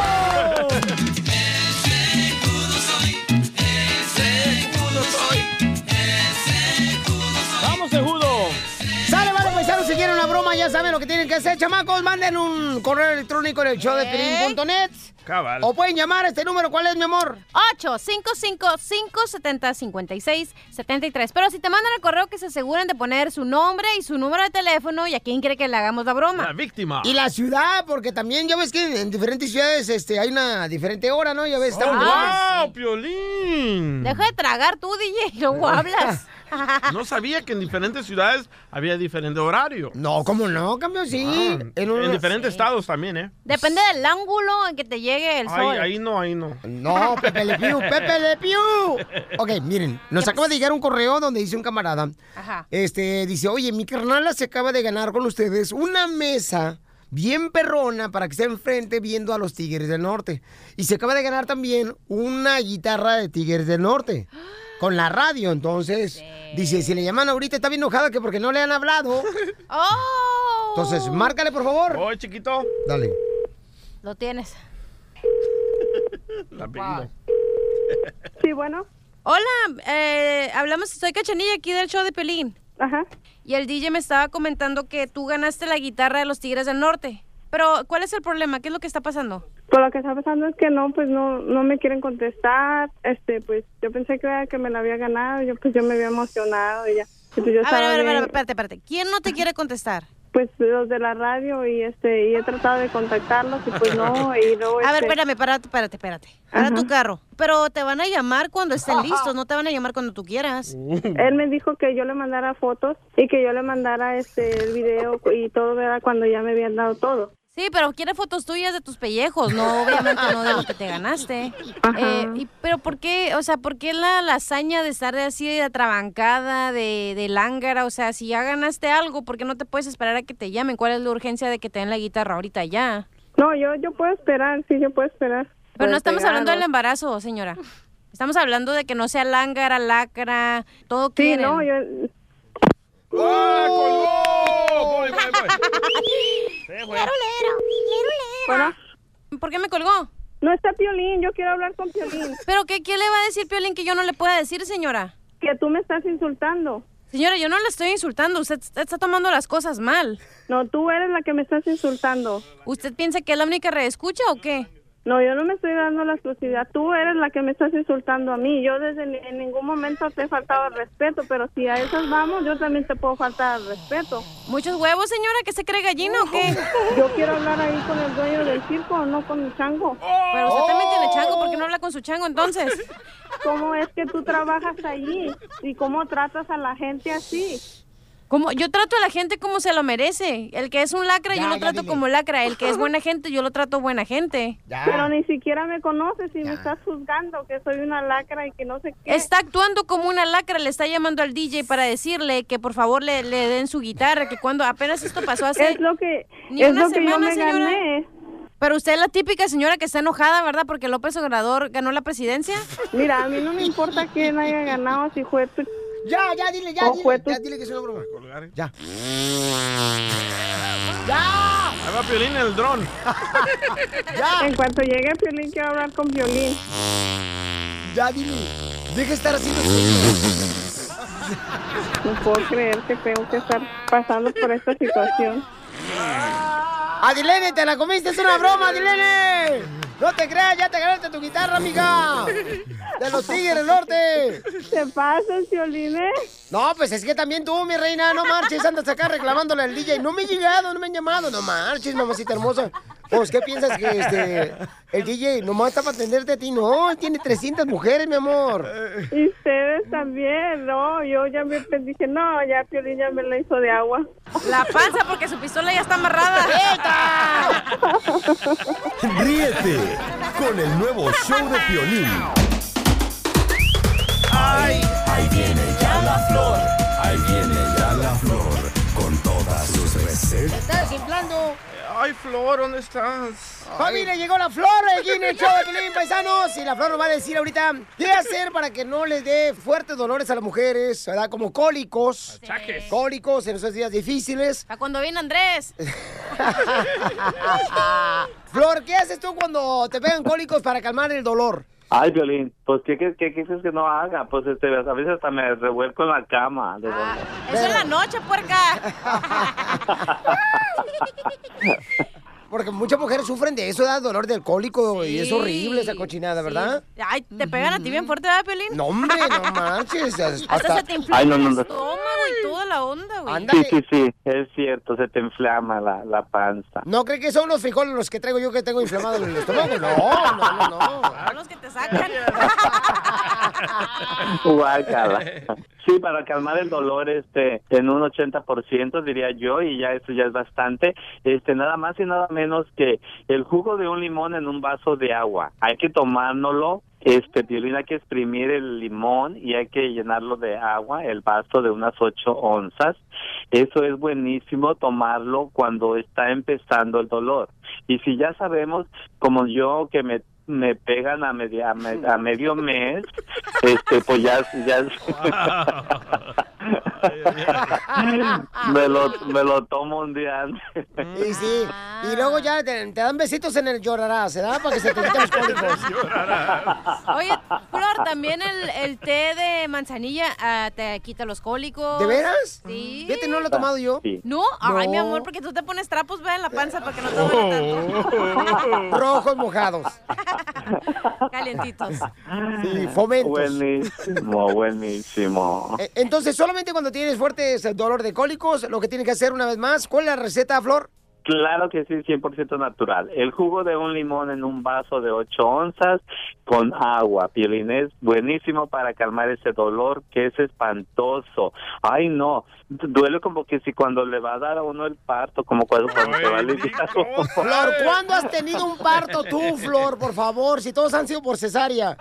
¡Vamos, Sejudo!
Sale, vale, paisanos, si quieren una broma, ya saben lo que tienen que hacer, chamacos. Manden un correo electrónico en el show de Piolín.net.
Cabal.
O pueden llamar a este número, ¿cuál es, mi amor?
855-570-5673. Pero si te mandan el correo, que se aseguren de poner su nombre y su número de teléfono y a quién cree que le hagamos la broma.
La víctima.
Y la ciudad, porque también ya ves que en diferentes ciudades este, hay una diferente hora, ¿no? Ya ves, estamos
¡Wow, Piolín!
Deja de tragar tú, DJ, y luego hablas.
No sabía que en diferentes ciudades había diferente horario. Ah,
No, ¿cómo no? Cambio sí.
en, diferentes estados también, ¿eh?
Depende del ángulo en que te llegue el
Ahí,
sol.
ahí no, ahí no.
No, Pepe Le Pew, Pepe Le Pew. Ok, miren, nos acaba de llegar un correo donde dice un camarada,
Ajá.
este, dice, oye, mi carnala se acaba de ganar con ustedes una mesa bien perrona para que esté enfrente viendo a los Tigres del Norte. Y se acaba de ganar también una guitarra de Tigres del Norte. Con la radio, entonces, dice, si le llaman ahorita está bien enojada que porque no le han hablado.
¡Oh!
Entonces, márcale, por favor.
Oye, chiquito.
Dale.
Lo tienes.
La apellido.
Sí, bueno. Hola, eh, hablamos, soy Cachanilla aquí del show de Pelín. Ajá. Y el DJ me estaba comentando que tú ganaste la guitarra de los Tigres del Norte. Pero, ¿cuál es el problema? ¿Qué es lo que está pasando?
Pues lo que está pasando es que no, pues no, no me quieren contestar. Este, pues yo pensé que, era que me la había ganado, yo pues yo me había emocionado y ya. Y, pues, yo
a ver,
estaba
a ver, a ver,
bien,
espérate, espérate. ¿Quién no te quiere contestar?
pues los de la radio y este, y he tratado de contactarlos y pues no, y luego
A ver,
este,
espérame, párate, párate, espérate. Para tu carro. Pero te van a llamar cuando estén listos, no te van a llamar cuando tú quieras.
Él me dijo que yo le mandara fotos y que yo le mandara este el video y todo era cuando ya me habían dado todo.
Sí, pero quiere fotos tuyas de tus pellejos, no obviamente no de lo que te ganaste. Eh, y- pero ¿por qué, o sea, por qué la, la hazaña de estar así de atrabancada, de, de lángara? O sea, si ya ganaste algo, ¿por qué no te puedes esperar a que te llamen? ¿Cuál es la urgencia de que te den la guitarra ahorita ya?
No, yo yo puedo esperar, sí, yo puedo esperar.
Pero no
Puedo
estamos
esperar,
hablando del
¿no?
embarazo, señora. Estamos hablando de que no sea lángara, lacra, todo
Sí,
quieren.
no, yo
¡Oh! Ah, ¿Por qué me colgó?
No está Piolín, yo quiero hablar con Piolín.
¿Pero qué, qué le va a decir Piolín que yo no le pueda decir, señora?
Que tú me estás insultando.
Señora, yo no le estoy insultando, usted está está tomando las cosas mal.
No, tú eres la que me estás insultando.
¿Usted piensa que es la única reescucha o qué?
No, yo no me estoy dando la exclusividad. Tú eres la que me estás insultando a mí. Yo desde ni- en ningún momento te he faltado al respeto, pero si a esas vamos, yo también te puedo faltar al respeto.
¿Muchos huevos, señora, que se cree gallina o qué?
Yo quiero hablar ahí con el dueño del circo, no con mi chango.
Pero usted también tiene chango, ¿por qué no habla con su chango entonces?
Oh. ¿Cómo es que tú trabajas allí? ¿Y cómo tratas a la gente así?
Como yo trato a la gente como se lo merece. El que es un lacra,
Ya,
yo lo
ya
trato
dile.
como lacra. El que es buena gente, yo lo trato buena gente.
Pero ni siquiera me conoces y me estás juzgando que soy una lacra y que no sé qué.
Está actuando como una lacra, le está llamando al DJ para decirle que por favor le, le den su guitarra, que cuando apenas esto pasó hace
Es lo que,
ni
es
una
lo que yo
semana,
me
señora.
gané.
Pero usted es la típica señora que está enojada, ¿verdad? Porque López Obrador ganó la presidencia.
Mira, a mí no me importa quién haya ganado, si fue tu...
Ya, ya, dile, ya,
O fue
dile,
tu-
ya, dile que es una broma.
¿eh?
Ya.
Ahí va Piolín en el dron.
En cuanto llegue Piolín, quiero hablar con Piolín.
Ya, dime. Deja estar haciendo...
No puedo creer que tengo que estar pasando por esta situación.
Adilene, te la comiste, es una broma, Adilene. No te creas, ya te ganaste tu guitarra, amiga. De los Tigres del Norte.
¿Te pasas, Piolines?
No, pues es que también tú, mi reina, no marches, andas acá reclamándole al DJ. No me he llegado, no me han llamado, no marches, mamacita hermosa. Pues, ¿qué piensas que este, el DJ nomás está para atenderte a ti? No, él tiene 300 mujeres, mi amor.
Y ustedes también, no, yo ya me pues, dije, no, ya Piolín ya me la hizo de agua.
La panza porque su pistola ya está amarrada.
Ríete con el nuevo show de Piolín.
Ay,
Ahí viene ya la flor, ahí viene ya la flor, con todas sus recetas.
¡Está desinflando!
Ay, Flor, ¿dónde estás?
¡Familia, llegó la flor aquí en el show de Pelín Paisanos! Y la flor nos va a decir ahorita qué hacer para que no les dé fuertes dolores a las mujeres, ¿verdad? Como cólicos.
Achaques.
Cólicos en esos días difíciles.
A cuando viene Andrés.
Flor, ¿qué haces tú cuando te pegan cólicos para calmar el dolor?
Ay, Violín, pues ¿qué, qué, qué quieres que no haga? Pues este, a veces hasta me revuelco en la cama. de dolor.
Eso es la noche, puerca.
Porque muchas mujeres sufren de eso, da dolor del cólico y es
Sí.
horrible esa cochinada, ¿verdad?
Ay, te pegan a ti bien fuerte, ¿verdad, Pelín?
No, hombre, no manches.
Hasta, se te inflama
Ay, no, no,
el
no.
estómago y toda la onda, güey.
Sí, sí, sí, es cierto, se te inflama la, la panza.
¿No cree que son los frijoles los que traigo yo que tengo inflamado el estómago? No, no, no, no.
Los que te sacan.
Guácala. Sí, para calmar el dolor este en un 80% diría yo y ya eso ya es bastante. Este nada más y nada menos que el jugo de un limón en un vaso de agua. Hay que tomárnoslo este Piolín, hay que exprimir el limón y hay que llenarlo de agua, el vaso de unas 8 onzas. Eso es buenísimo tomarlo cuando está empezando el dolor. Y si ya sabemos, como yo que me me pegan a, media, a, me- a medio mes, este, pues ya, ya me, lo, me lo tomo un día antes.
Y sí,
Ah.
y luego ya te, te dan besitos en el llorará, ¿se da? Para que se te quiten los cólicos.
Oye, Flor, también el, el té de manzanilla ah, te quita los cólicos.
¿De veras?
Sí.
Fíjate, no lo he tomado yo.
¿No? Ay, mi amor, porque tú te pones trapos, ve, en la panza para que no te duele tanto.
Rojos mojados.
Calientitos.
Sí, fomentos.
Buenísimo, buenísimo.
Eh, Entonces, solamente cuando tienes fuertes eh, dolor de cólicos, lo que tienes que hacer una vez más, ¿cuál es la receta, Flor?
Claro que sí, 100% natural. El jugo de un limón en un vaso de 8 onzas con agua, Piolín, es buenísimo para calmar ese dolor que es espantoso. Ay, no, duele como que si cuando le va a dar a uno el parto, como cuando, cuando se va a aliviar.
Flor, ¿cuándo has tenido un parto tú, Flor? Por favor, si todos han sido por cesárea.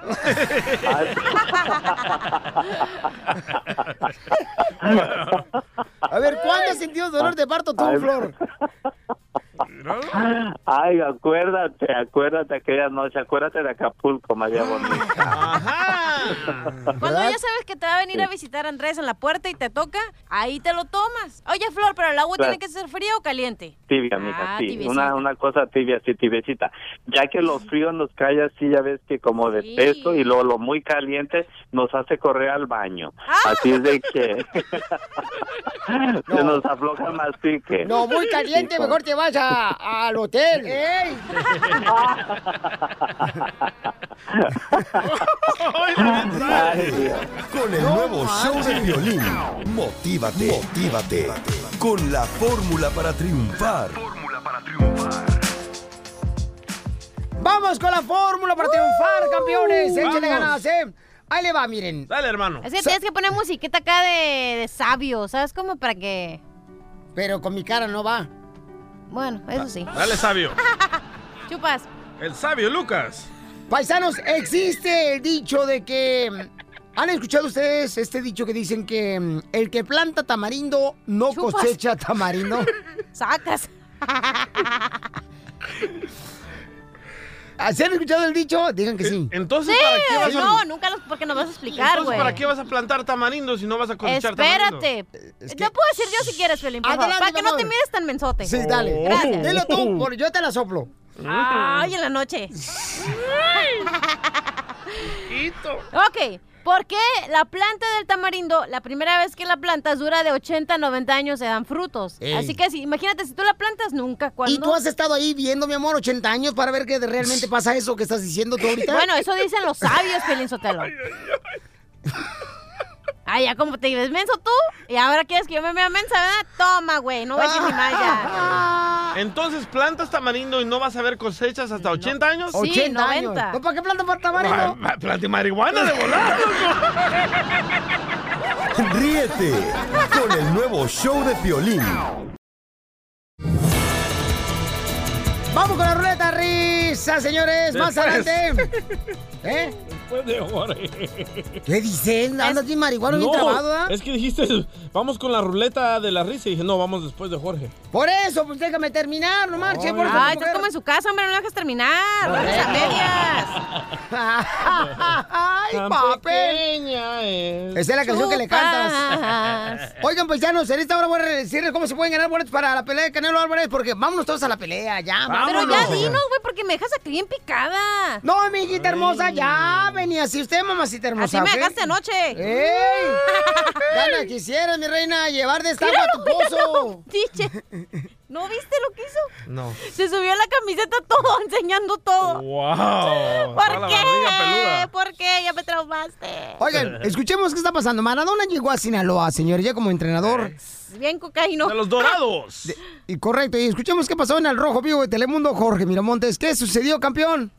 A ver, ¿cuándo has sentido dolor de parto tú,
Ay.
Flor?
Ay, acuérdate, acuérdate aquella noche, acuérdate de Acapulco, María Bonita.
Cuando ya sabes que te va a venir a visitar Andrés en la puerta y te toca, ahí te lo tomas. Oye, Flor, pero el agua
Claro.
tiene que ser fría o caliente.
Tibia, mija,
Ah,
sí,
tibiecita.
una, una cosa tibia, sí, tibiecita. Ya que lo frío nos cae así, ya ves que como de
Sí.
peso y luego lo muy caliente nos hace correr al baño.
Ah.
Así es de que se nos afloja el mastique.
No, muy caliente,
Sí,
mejor te vas a- al hotel. ¡Ey!
Ay, Dios. Con el nuevo show de violín. Motívate, motívate. Con la fórmula para triunfar.
Vamos con la fórmula para triunfar, campeones. Échale
Vamos.
ganas, ¿eh? Ahí le va, miren.
Dale, hermano.
Es que tienes que poner musiquita acá de, de sabio, ¿sabes? Como para que...
Pero con mi cara no va. Ah.
Bueno, eso sí.
Dale, sabio.
Chupas.
El sabio, Lucas.
Paisanos, existe el dicho de que... mm, ¿Han escuchado ustedes este dicho que dicen que mm, el que planta tamarindo no
Chupas.
cosecha tamarindo?
Sacas.
Ah, ¿Se han escuchado el dicho? Digan que sí.
Entonces,
Sí,
¿para qué vas a...
no, nunca los, porque nos vas a explicar,
Entonces,
güey.
¿para qué vas a plantar tamarindo si no vas a cosechar tamarindo?
Espérate. No puedo decir yo si quieres, Felipe.
Eh, Adelante,
Para que no
comadre.
te mires tan mensote.
Sí, dale.
Gracias.
Dilo tú, por- yo te la soplo.
Oh. Ay, en la noche. ok. ¿Por qué la planta del tamarindo, la primera vez que la plantas, dura de 80 a 90 años, se dan frutos?
Ey.
Así que si, imagínate, si tú la plantas, nunca. cuando
¿Y tú has estado ahí viendo, mi amor, 80 años para ver que de- realmente pasa eso que estás diciendo tú ahorita?
Bueno, eso dicen los sabios, Pelín Sotelo. Ay, Ah, ya como te ves menso tú. Y ahora quieres que yo me vea mensa, ¿verdad? Toma, güey, no voy a decir ni más ya.
Entonces, plantas tamarindo y no vas a ver cosechas hasta 80 años.
Sí, 80 años. 90. ¿No, ¿Para qué planta para tamarindo?
Ah, Plante marihuana de volar.
Ríete con el nuevo show de violín.
Vamos con la ruleta risa, señores. Más
Después.
adelante. ¿Eh?
después de ahora.
¿Qué dices? Andas bien marihuana, bien
No,
trabado,
¿eh?
¿ah?
Es que dijiste, vamos con la ruleta de la risa. Y dije, no, vamos después de Jorge.
Por eso, pues déjame terminar, no marche, por
Ay, estás como en su casa, hombre, no lo dejas terminar. Vamos a medias.
¡Ay,
Tan
papel! Esa es la canción que le cantas.
Chupas.
Oigan, paisanos, en esta hora voy a decirles cómo se pueden ganar boletos para la pelea de Canelo Álvarez, porque vámonos todos a la pelea, ya.
Pero ya dinos, güey, porque me dejas aquí bien picada.
No, mi hijita hermosa, ya venía así usted, mamacita hermosa.
Así me
¿ok?
dejaste anoche.
¡Ey! Ya la quisiera, mi reina, llevar de estafa a tu
Míralo,
pozo.
míralo, DJ. ¿No viste lo que hizo?
No.
Se subió la camiseta todo, enseñando todo.
Wow. Toda
¿Por
la
qué?
barriga peluda.
¿Por qué? Ya me traumaste.
Oigan, escuchemos qué está pasando. Maradona llegó a Sinaloa, señor, ya como entrenador.
Bien cocaíno.
De los dorados.
De- y correcto, y escuchemos qué pasó en el Rojo Vivo de Telemundo, Jorge Miramontes. ¿Qué sucedió, campeón?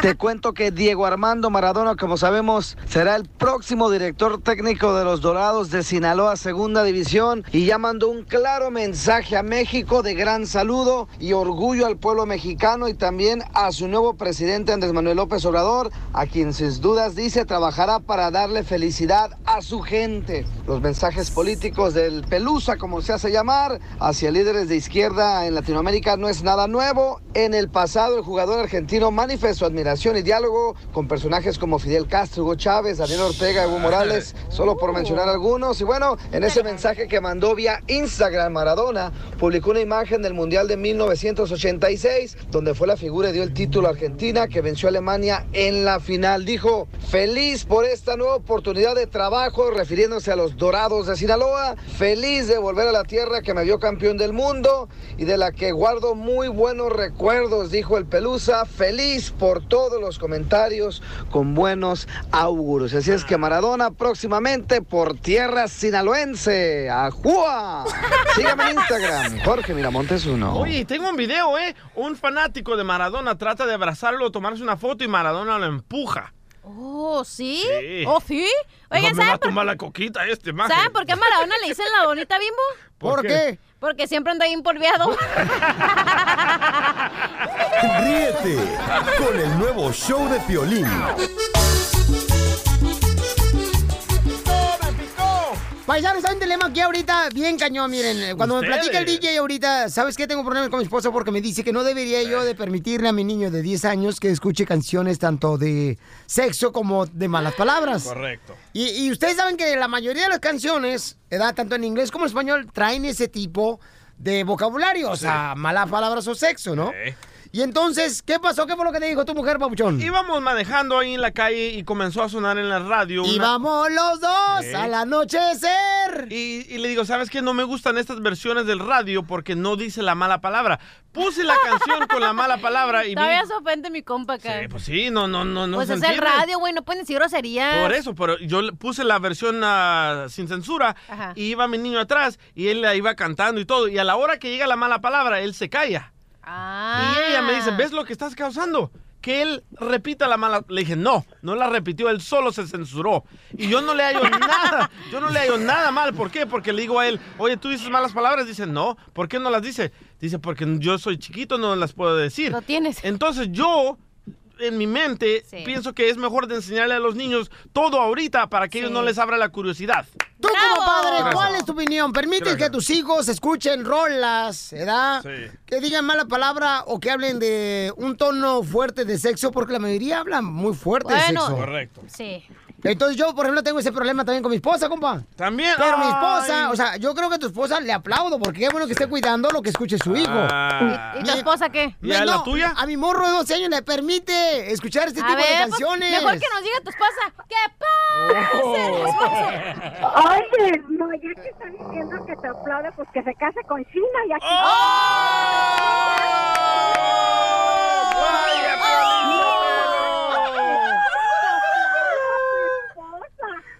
Te cuento que Diego Armando Maradona, como sabemos, será el próximo director técnico de los Dorados de Sinaloa Segunda División y ya mandó un claro mensaje a México de gran saludo y orgullo al pueblo mexicano y también a su nuevo presidente Andrés Manuel López Obrador, a quien sin dudas dice trabajará para darle felicidad a su gente. Los mensajes políticos del Pelusa, como se hace llamar, hacia líderes de izquierda en Latinoamérica no es nada nuevo. En el pasado, el jugador argentino manifestó admiración y diálogo con personajes como Fidel Castro, Hugo Chávez, Daniel Ortega, Evo Morales, solo por mencionar algunos. Y bueno, en ese mensaje que mandó vía Instagram Maradona, publicó una imagen del Mundial de 1986, donde fue la figura y dio el título a Argentina, que venció a Alemania en la final. Dijo, feliz por esta nueva oportunidad de trabajo, refiriéndose a los Dorados de Sinaloa, feliz de volver a la tierra que me vio campeón del mundo y de la que guardo muy buenos recuerdos, dijo el Pelusa, feliz por todos los comentarios con buenos auguros. Así es que Maradona próximamente por tierra sinaloense, a Jua. Sígame en Instagram, Jorge Miramontes uno.
Oye, tengo un video, ¿eh? Un fanático de Maradona trata de abrazarlo, tomarse una foto y Maradona lo empuja.
Oh, ¿sí?
Sí.
¿Oh, sí? Oigan,
No, me va a
¿saben por,
tomar la coquita este, maje.
¿saben por qué a Maradona le dicen la bonita bimbo?
¿Por ¿Por qué? qué?
Porque siempre anda ahí empolviado.
Ríete con el nuevo show de Piolín.
Paisanos, hay un dilema aquí ahorita bien cañón, miren. eh, Cuando me
Ustedes.
platica el DJ ahorita, ¿sabes qué? Tengo problemas con mi esposo porque me dice que no debería yo de permitirle a mi niño de 10 años que escuche canciones tanto de sexo como de malas palabras.
Correcto.
Y, y ustedes saben que la mayoría de las canciones, ¿verdad? tanto en inglés como en español, traen ese tipo de vocabulario, o sea, malas palabras o sexo, ¿no? Y entonces, ¿qué pasó? ¿Qué fue lo que te dijo tu mujer, papuchón?
Íbamos manejando ahí en la calle y comenzó a sonar en la radio.
Y
una-
vamos los dos
Sí.
al anochecer.
Y, y le digo, ¿sabes qué? No me gustan estas versiones del radio porque no dice la mala palabra. Puse la canción con la mala palabra y vi-
Todavía se ofende mi compa acá.
Pues sí, no, no, no, no
pues
se
es el
entiende.
radio, güey, no pueden decir groserías.
Por eso, pero yo le puse la versión ah, sin censura
Ajá.
y iba mi niño atrás y él la iba cantando y todo. Y a la hora que llega la mala palabra, él se calla. Y ella me dice, ¿ves lo que estás causando? Que él repita la mala... Le dije, no, no la repitió, él solo se censuró. Y yo no le hallo nada, yo no le hallo nada mal. ¿Por qué? Porque le digo a él, oye, ¿tú dices malas palabras? Dice, no, ¿por qué no las dice? Dice, porque yo soy chiquito, no las puedo decir. Lo
tienes.
Entonces yo en mi mente pienso que es mejor de enseñarle a los niños todo ahorita para que ellos no les abra la curiosidad.
Tú como padre,
Gracias.
¿cuál es tu opinión? ¿Permites
Gracias.
que tus hijos escuchen rolas, edad,
Sí.
que digan mala palabra o que hablen de un tono fuerte de sexo? Porque la mayoría hablan muy fuerte de sexo.
Sí.
Entonces yo, por ejemplo, tengo ese problema también con mi esposa, compa.
También.
Pero mi
ay.
esposa, o sea, yo creo que a tu esposa le aplaudo porque qué bueno que esté cuidando lo que escuche su hijo.
Ah. ¿Y- y tu esposa qué? ¿Y a la tuya?
A mi morro de 12 años le permite escuchar este
A
tipo de
ver, pues,
canciones.
mejor que nos diga tu esposa. ¿Qué
Oh.
Oh.
pasa?
Oye, no, ya que está diciendo que te aplaude, pues que se case con China y aquí.
¡Oh!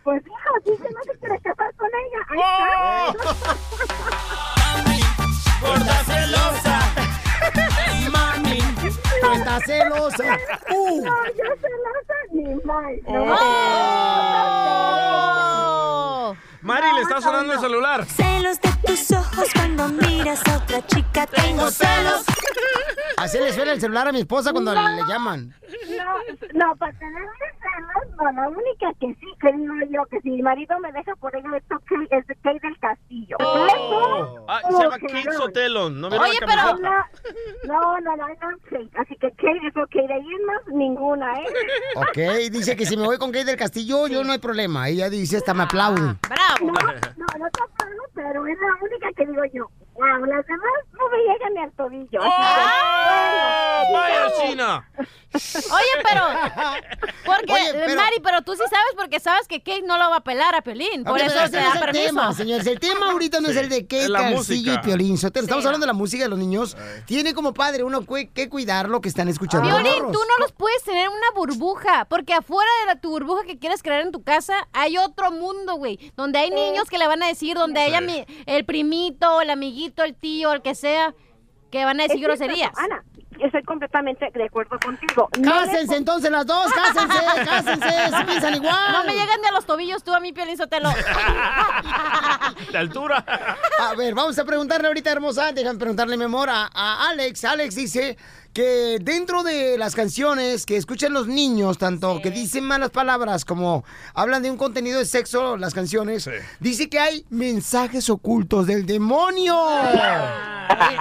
Pues hija, si se no se quiere casar con ella, ahí está.
Gorda celosa. Mami, tú estás celosa. Uh.
No, yo celosa ni mal. No,
Mari, le está sonando el celular.
Celos de tus ojos cuando miras a otra chica. Tengo celos.
Así le suena el celular a mi esposa cuando le llaman.
no, No, para tener una salud, no, la única que sí, que digo yo, que si mi marido me deja por ella, esto que es de Kay del Castillo. Eso,
Ah, se llama Kate Sotelo. ¿No vieron la camiseta?
No, no, no, no, Kate. Así que Kate es ok, de ahí es más ninguna, ¿eh?
Ok, dice que si me voy con Kate del Castillo, yo no hay problema. Ella dice, hasta me aplauden.
No, no, no te aplaudo, pero es la única que digo yo. Wow, las demás no me llegan ni al tobillo. así que,
¡Oh!
bueno,
¡Vaya
sigamos.
China!
Oye, pero. Porque, eh,
Oye, pero-
Mari, pero tú sí sabes porque sabes que Kate no lo va a pelar a Piolín. Por
Ok, pero
eso
ese
te
no
da
es el
permiso.
tema, señores. El tema ahorita no es
Sí,
el de Kate
es la
Castillo y
música.
Piolín Sotelo. Estamos
Sí.
hablando de la música de los niños. Tiene como padre uno cu- que cuidar lo que están escuchando. los
Piolín,
morros.
tú no los puedes tener en una burbuja, porque afuera de la- tu burbuja que quieres crear en tu casa, hay otro mundo, güey, donde hay niños que le van a decir, donde
Sí.
haya mi- el primito, el amiguito, el tío, el que sea, que van a decir
Es cierto,
groserías.
Ana, yo estoy completamente de acuerdo contigo.
Cásense entonces las dos, cásense, cásense, si piensan igual.
No me llegan de los tobillos tú a mí, Piolín Sotelo.
De altura.
A ver, vamos a preguntarle ahorita, hermosa. Déjame preguntarle, mi amor, a, a Alex. Alex dice que dentro de las canciones que escuchan los niños, tanto que dicen malas palabras como hablan de un contenido de sexo, las canciones, dice que hay mensajes ocultos del demonio.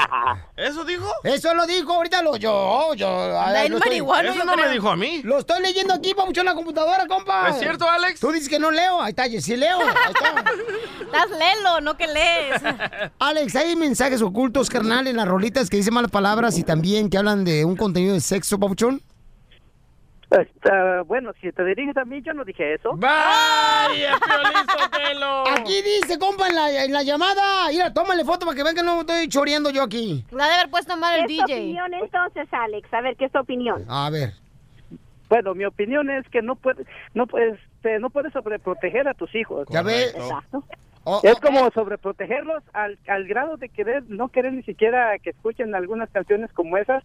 Ah. ¿Eso dijo?
Eso lo dijo, ahorita lo yo, yo. a
Del
lo estoy-
marihuano, Eso yo no me creo. dijo a mí.
Lo estoy leyendo aquí, mucho en la computadora, compa.
¿Es cierto, Alex?
Tú dices que no leo. Ahí está, yo sí leo. Ahí está.
Estás lelo, no que lees.
Alex, hay mensajes ocultos, carnal, en las rolitas que dicen malas palabras y también que hablan de un contenido de sexo, papuchón.
Está- bueno, si te diriges a mí, yo no dije eso.
¡Ah!
¡Vaya,
Aquí dice, compa, en la, en la llamada. Mira, tómale foto para que vean que no estoy choreando yo aquí.
La de haber puesto mal
el DJ. ¿Qué es tu opinión entonces, Alex? A ver, ¿qué es tu opinión?
A ver.
Bueno, mi opinión es que no puedes, no puedes, este, no puedes sobreproteger a tus hijos.
Ya ves.
Exacto.
¿ah?
Oh,
es como sobreprotegerlos al, al grado de querer, no querer ni siquiera que escuchen algunas canciones como esas.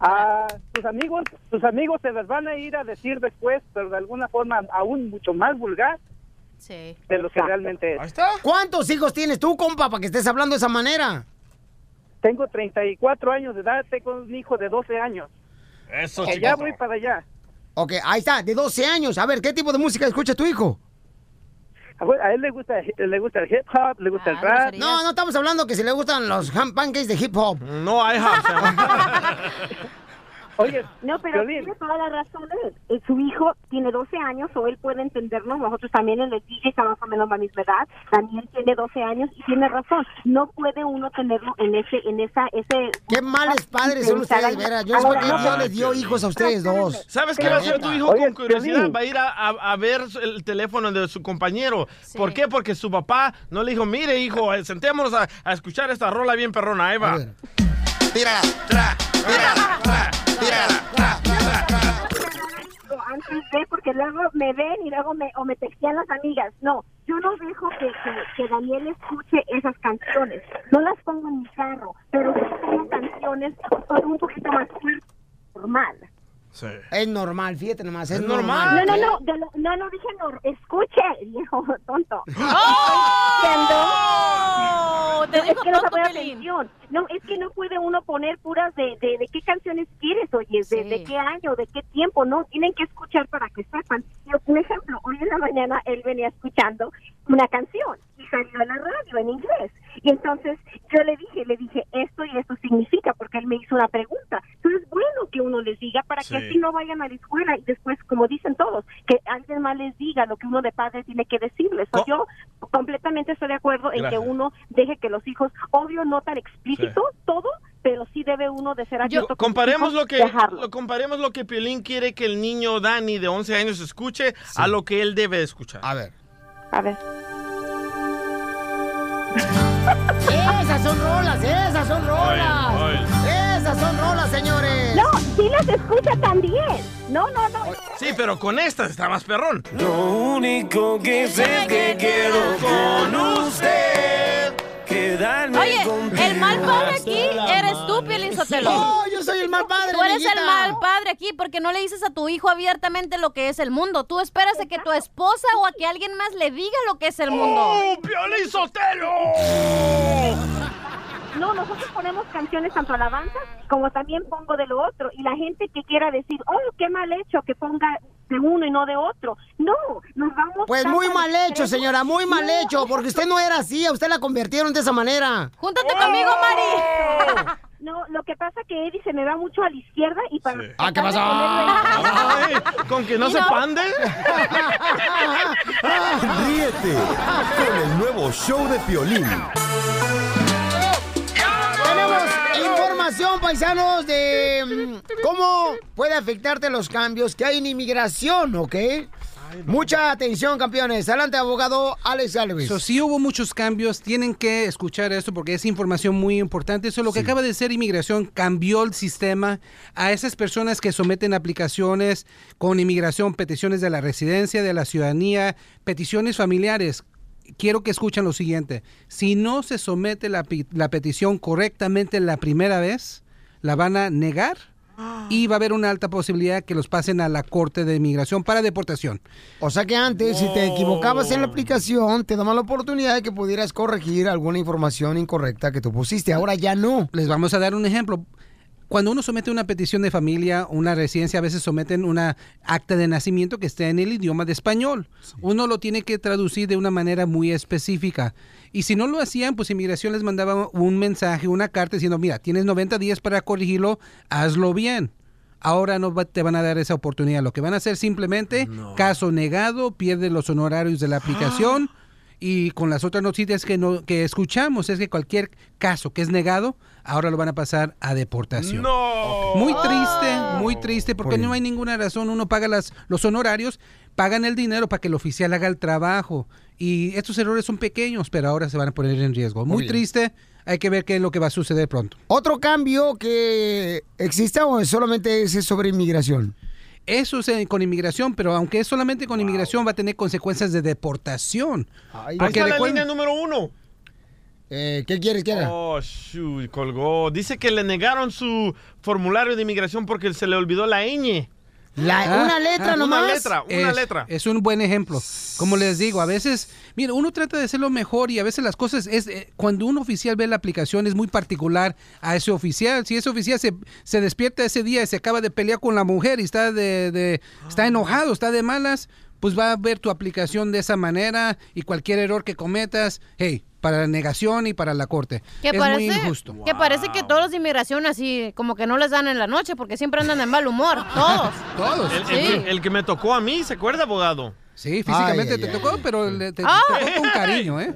A tus amigos, tus amigos se las van a ir a decir después, pero de alguna forma aún mucho más vulgar
Sí.
de lo que realmente es.
¿Cuántos hijos tienes tú, compa, para que estés hablando de esa manera?
Tengo 34 años de edad, tengo un hijo de 12 años.
Eso,
Que ya voy para allá.
Ok, ahí está, de 12 años. A ver, ¿qué tipo de música escucha tu hijo?
Ah, A ver, a él le gusta, le gusta el hip hop, le gusta el rap.
No, no estamos hablando que si le gustan los ham pancakes de hip hop.
No, hay
Oye,
No, pero tiene toda la razón. él. Eh, Su hijo tiene 12 años o él puede entendernos. Nosotros también en el DJ estamos más o menos la misma edad. Daniel tiene 12 años y tiene razón. No puede uno tenerlo en ese, en esa, ese.
Qué males padres son ustedes, de veras. Yo no sé por qué
Ahora,
Dios les dio hijos a ustedes dos.
¿Sabes qué
Pues, La
va a hacer
neta.
tu hijo con curiosidad? Va a ir a, a- a ver el teléfono de su compañero. ¿Por qué? Porque su papá no le dijo, mire, hijo, eh, sentémonos a, a escuchar esta rola bien perrona, ahí va.
Tírala,
o antes de, porque luego me ven y luego me, o me textean las amigas. No, yo no dejo que, que, que Daniel escuche esas canciones. No las pongo en mi carro, pero sí pongo canciones son un poquito más fuertes, normal.
Es normal, fíjate nomás, es,
No,
normal.
no, no, de lo- no, no dije no, escuche, viejo tonto.
¡Oh! Te
No,
dijo
es que no
tonto,
sabe
Pelín.
atención. No, es que no puede uno poner puras de, de, de qué canciones quieres, oye, de, de qué año, de qué tiempo, no, tienen que escuchar para que sepan. Yo, por ejemplo, hoy en la mañana él venía escuchando una canción y salió en la radio en inglés. Y entonces yo le dije, le dije, esto y esto significa, porque él me hizo una pregunta. Entonces es bueno que uno les diga para
Sí.
que así no vayan a la escuela y después, como dicen todos, que alguien más les diga lo que uno de padre tiene que decirles. O yo completamente estoy de acuerdo en
Gracias.
que uno deje que los hijos, obvio no tan explícito todo, pero sí debe uno de ser abierto. con sus
Comparemos
hijos,
lo que
dejarlo.
lo, comparemos lo que Piolín quiere que el niño Dani de 11 años escuche a lo que él debe escuchar.
A ver.
A ver.
Esas son rolas, esas son rolas.
Oye,
Esas son rolas, señores.
No, sí las escucha también. No, no, no.
Sí, pero con esta está más perrón.
Lo único que sé es que quiero con usted quedarme
Oye,
contigo
el mal
Ah,
padre
hasta
aquí
la
eres tú, Piolín Sotelo.
No, yo soy el mal padre,
Tú eres
amiguita.
el mal padre aquí porque no le dices a tu hijo abiertamente lo que es el mundo. Tú esperas a que tu esposa o a que alguien más le diga lo que es el mundo.
¡Oh, Piolín Sotelo!
No, nosotros ponemos canciones tanto alabanzas como también pongo de lo otro. Y la gente que quiera decir, oh, qué mal hecho que ponga de uno y no de otro. No, nos vamos.
Pues
tan
muy
al
mal hecho,
extremo.
señora, muy mal hecho, porque usted no era así, a usted la convirtieron de esa manera.
Júntate conmigo, Mari.
No, lo que pasa que Eddie se me va mucho a la izquierda y para...
Ah, ¿qué pasó?
Ay, con que no
Y
se
no.
pande.
Ríete con el nuevo show de Piolín.
Tenemos información, paisanos, de mm, cómo puede afectarte los cambios que hay en inmigración, ¿ok? Mucha atención, campeones. Adelante, abogado Alex Alves.
So, sí hubo muchos cambios, tienen que escuchar esto porque es información muy importante. Eso lo que acaba de ser inmigración cambió el sistema a esas personas que someten aplicaciones con inmigración, peticiones de la residencia, de la ciudadanía, peticiones familiares. Quiero que escuchen lo siguiente. Si no se somete la, pi- la petición correctamente la primera vez, la van a negar y va a haber una alta posibilidad que los pasen a la Corte de Inmigración para deportación. Oh.
O sea que antes, si te equivocabas en la aplicación, te daban la oportunidad de que pudieras corregir alguna información incorrecta que tú pusiste. Ahora ya no.
Les vamos a dar un ejemplo. Cuando uno somete una petición de familia, una residencia, a veces someten una acta de nacimiento que esté en el idioma de español. Uno lo tiene que traducir de una manera muy específica. Y si no lo hacían, pues inmigración les mandaba un mensaje, una carta diciendo, mira, tienes 90 días para corregirlo, hazlo bien. Ahora no va- te van a dar esa oportunidad. Lo que van a hacer simplemente, caso negado, pierde los honorarios de la aplicación. Y con las otras noticias que, no, que escuchamos es que cualquier caso que es negado, ahora lo van a pasar a deportación. Muy triste, muy triste, porque no hay ninguna razón. Uno paga las, los honorarios, pagan el dinero para que el oficial haga el trabajo. Y estos errores son pequeños, pero ahora se van a poner en riesgo.
Muy
Muy
bien.
triste, hay que ver qué es lo que va a suceder pronto.
¿Otro cambio que exista o solamente ese sobre inmigración?
Eso es eh, con inmigración, pero aunque es solamente con inmigración, va a tener consecuencias de deportación.
Ahí está la
recuerden-
línea número uno.
Eh,
¿Qué quieres que haga?
Oh, shoot, colgó. Dice que le negaron su formulario de inmigración porque se le olvidó la ñ.
Ah, ah,
Una letra, una
es,
letra.
Es un buen ejemplo. Como les digo, a veces, mira, uno trata de hacer lo mejor y a veces las cosas es eh, cuando un oficial ve la aplicación es muy particular a ese oficial. Si ese oficial se, se despierta ese día y se acaba de pelear con la mujer y está de, de- está enojado, está de malas, pues va a ver tu aplicación de esa manera y cualquier error que cometas, hey, para la negación y para la corte.
Que
es
parece,
muy injusto.
que parece que todos los de inmigración así, como que no les dan en la noche porque siempre andan en mal humor. Todos.
Todos.
El, el
Sí.
que, el que me tocó a mí, ¿se acuerda, abogado?
Sí, físicamente te tocó, pero le- te, te
Ah.
tocó con cariño, ¿eh?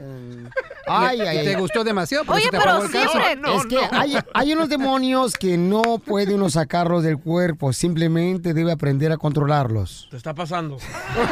Ay,
Y- y
ay,
te
ay.
gustó demasiado, por eso te pagó el caso.
es que hay, hay unos demonios que no puede uno sacarlos del cuerpo, simplemente debe aprender a controlarlos.
Te está pasando.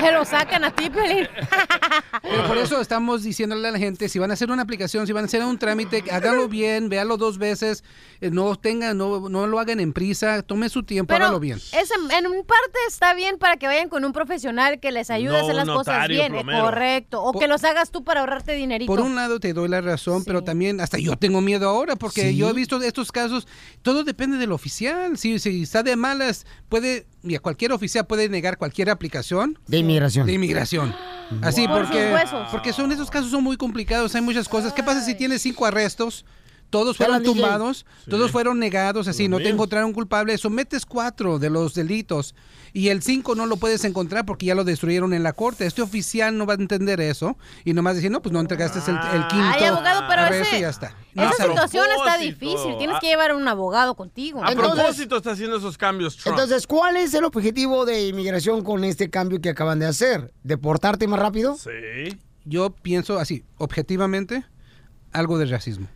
Pero sacan a ti, Pelín.
Pero por eso estamos diciéndole a la gente, si van a hacer una aplicación, si van a hacer un trámite, háganlo bien, véalo dos veces, eh, no tengan, no, no lo hagan en prisa, tome su tiempo,
Pero
hágalo bien.
es en, en un parte está bien para que vayan con un profesional que les ayude
No,
a hacer las
un
cosas
notario,
bien. eh,
plomero.
Correcto. O
Por-
que los hagas tú para ahorrarte dinerito.
Por un lado te doy la razón, pero también hasta yo tengo miedo ahora porque
Sí.
yo he visto estos casos. Todo depende del oficial. Si, si está de malas, puede, mira, cualquier oficial puede negar cualquier aplicación.
De inmigración.
De inmigración. Así
Por
porque,
sus huesos.
porque son esos casos son muy complicados, hay muchas cosas. ¿Qué pasa si tienes cinco arrestos? Todos
Dale,
fueron
DJ.
tumbados, todos fueron negados, así, no te encontraron culpable. Sometes cuatro de los delitos y el cinco no lo puedes encontrar porque ya lo destruyeron en la corte. Este oficial no va a entender eso y nomás decir, no, pues no entregaste el, el quinto.
Ay, abogado, pero
arresto
ese-
y ya está.
Esa
Lázaro.
situación está
propósito.
difícil. Tienes
Ah.
que llevar a un abogado contigo.
A propósito está haciendo esos cambios, Trump.
Entonces, ¿cuál es el objetivo de inmigración con este cambio que acaban de hacer? ¿Deportarte más rápido?
Yo pienso así, objetivamente, algo de racismo.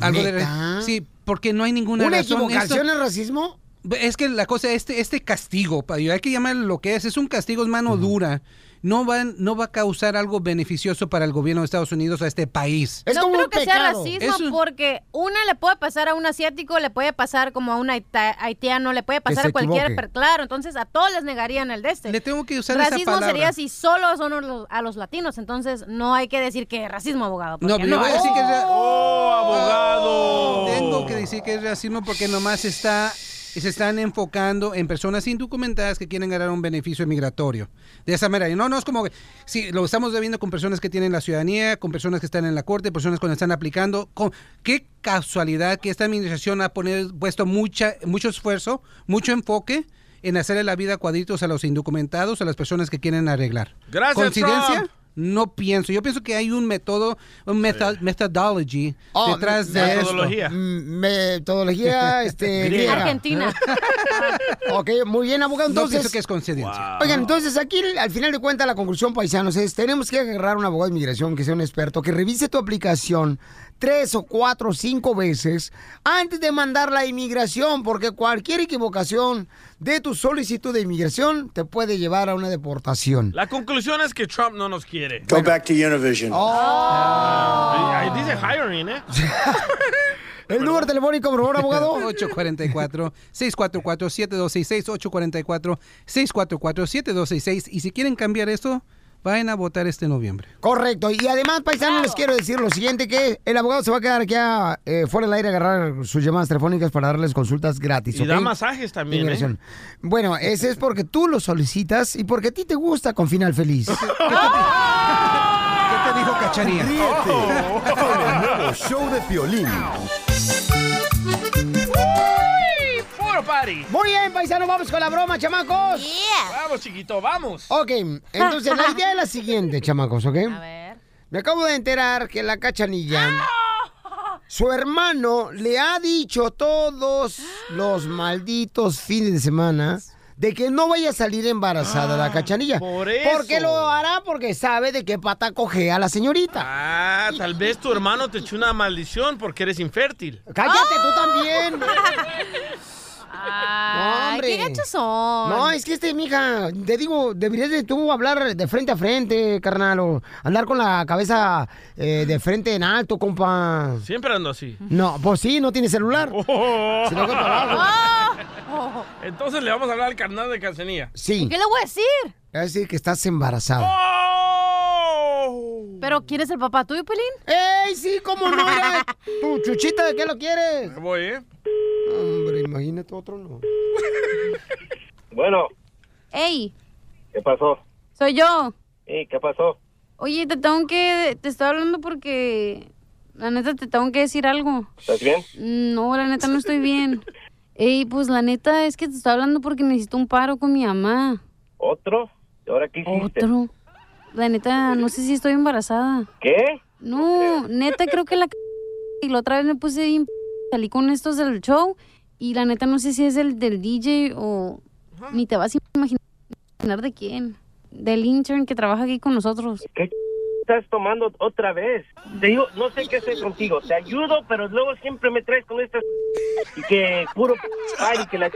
Algo de
¿Neta?
ra- Sí, porque no hay ninguna
¿Una
razón.
equivocación
Esto-
es racismo?
Es que la cosa, este, este castigo, pa- hay que llamar lo que es, es un castigo, es mano dura. No va, no va a causar algo beneficioso para el gobierno de Estados Unidos a este país.
no creo que sea
Es
racismo
un-
porque una le puede pasar a un asiático, le puede pasar como a un haita- haitiano, le puede pasar
se
a cualquiera,
equivoque.
pero claro, entonces a todos les negarían el de este.
Le tengo que usar esa
Racismo sería
palabra.
si solo son a los- a los latinos, entonces no hay que decir que es racismo, abogado.
No,
porque
pero yo voy a decir que es ra-
¡Oh, abogado!
Tengo que decir que es racismo porque nomás está y se están enfocando en personas indocumentadas que quieren ganar un beneficio migratorio. De esa manera. Y No, no es como que si lo estamos viendo con personas que tienen la ciudadanía, con personas que están en la corte, personas que están aplicando. Con, qué casualidad que esta administración ha ponido- puesto mucha, mucho esfuerzo, mucho enfoque en hacerle la vida a cuadritos a los indocumentados, a las personas que quieren arreglar.
Gracias,
¿Coincidencia?
Trump.
No pienso. Yo pienso que hay un método, un meta- methodology
Oh,
detrás de
metodología.
esto. Mm,
Metodología este,
Griega.
griega.
Argentina.
ok, muy bien, abogado.
No
Entonces,
pienso que es coincidencia.
Oigan, entonces aquí al final de cuentas la conclusión, paisanos, es tenemos que agarrar a un abogado de inmigración que sea un experto, que revise tu aplicación tres o cuatro o cinco veces antes de mandar la inmigración, porque cualquier equivocación de tu solicitud de inmigración te puede llevar a una deportación.
La conclusión es que Trump no nos quiere. Ah,
Go back to Univision.
Oh.
Ahí ahí dice hiring, ¿eh?
El número telefónico, por favor, abogado.
844-644-7266, 844-644-7266. Y si quieren cambiar esto, vayan a votar este noviembre.
Correcto. Y además, paisanos, les quiero decir lo siguiente, que el abogado se va a quedar aquí a, eh, fuera del aire a agarrar sus llamadas telefónicas para darles consultas gratis.
Y da
¿ok?
masajes también, ¿eh?
Inmigración. Bueno, ese es porque tú lo solicitas y porque a ti te gusta con final feliz.
¡Ah!
ah.
¡Oh!
¿Qué te dijo Oh. Cacharía?
Ríete con el nuevo show de Piolín.
¡Uy! ¡Puro party!
Muy bien, paisano, vamos con la broma, chamacos.
Vamos, chiquito, vamos.
Ok, entonces la idea es la siguiente, chamacos, ¿ok? A
ver.
Me acabo de enterar que la cachanilla, su hermano le ha dicho todos los malditos fines de semana de que no vaya a salir embarazada la cachanilla.
Ah, por eso.
Porque lo hará porque sabe de qué pata cogea la señorita.
Ah, tal vez tu hermano te echó una maldición porque eres infértil.
Cállate tú también.
Ay,
hombre.
qué gachos son.
No, es que este, mija, te digo, deberías de tú hablar de frente a frente, carnal, o andar con la cabeza eh, de frente en alto, compa.
Siempre ando así. Oh.
No, pues sí, no tiene celular. Si no, ¿qué para abajo?
Oh,
Entonces le vamos a hablar al carnal de Calcenía.
Sí.
¿Qué le voy a decir?
Es decir, que estás embarazada.
¡Oh!
¿Pero quién es el papá tuyo, Pelín?
Ah. ¡Ey, sí, cómo no! Mira, tu chuchita, ¿de qué lo quieres?
Me voy, ¿eh?
Hombre, imagínate otro no.
Bueno,
Ey,
¿qué pasó?
soy yo.
Ey, ¿Qué pasó?
Oye, te tengo que... Te estoy hablando porque... La neta, te tengo que decir algo.
¿Estás bien?
No, la neta, no estoy bien. Ey, pues la neta es que te estoy hablando porque necesito un paro con mi mamá.
¿Otro? ¿Y ahora qué hiciste?
Otro. La neta, no sé si estoy embarazada.
¿Qué?
No, neta, creo que la... c- Y la otra vez me puse bien... p- Salí con estos del show y la neta no sé si es el del DJ o... Ni te vas a imaginar imaginar de quién. Del intern que trabaja aquí con nosotros.
Estás tomando otra vez. Te digo, no sé qué hacer contigo. Te ayudo, pero luego siempre me traes con estas... Y que puro... Ay, que la...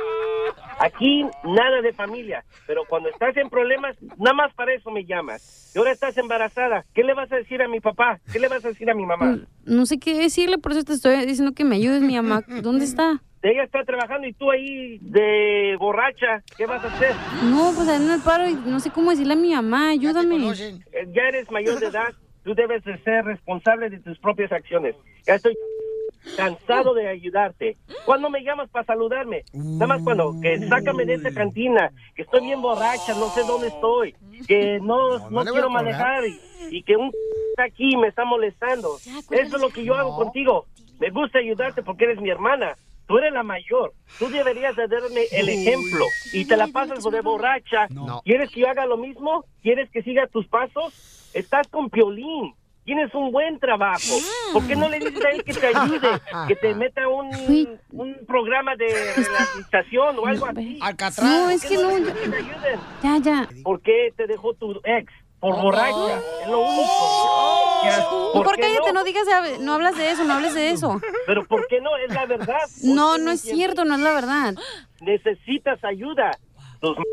Aquí nada de familia, pero cuando estás en problemas, nada más para eso me llamas. Y ahora estás embarazada. ¿Qué le vas a decir a mi papá? ¿Qué le vas a decir a mi mamá?
No sé qué decirle, por eso te estoy diciendo que me ayudes, mi mamá. ¿Dónde está?
Ella está trabajando y tú ahí de borracha. ¿Qué vas a hacer?
No, pues ahí en el paro y no sé cómo decirle a mi mamá, ayúdame.
Eh, Ya eres mayor de edad, tú debes de ser responsable de tus propias acciones. Ya estoy cansado de ayudarte. ¿Cuándo me llamas para saludarme? Nada más cuando que sácame de esta cantina, que estoy bien borracha, no sé dónde estoy, que no, no,
le voy a
quiero
colgar.
manejar y, y que un está aquí y me está molestando. Eso es lo que yo hago contigo. Me gusta ayudarte porque eres mi hermana. Tú eres la mayor. Tú deberías de darme el
Uy.
ejemplo. Y te la pasas de borracha. ¿Quieres que yo haga lo mismo? ¿Quieres que siga tus pasos? Estás con Piolín. Tienes un buen trabajo.
Mm.
¿Por qué no le dices a él que te ayude? Que te meta un, un programa de realización o algo así.
No, es que no. yo- Ya, ya.
¿Por qué te dejó tu ex? Por
Oh.
borracha. Es lo único.
Mejor
qué
cállate, no? digas, no hables de eso, no hables de eso.
Pero ¿por qué no? Es la verdad.
No, no es cierto, no es la verdad.
Necesitas ayuda. Tus, m-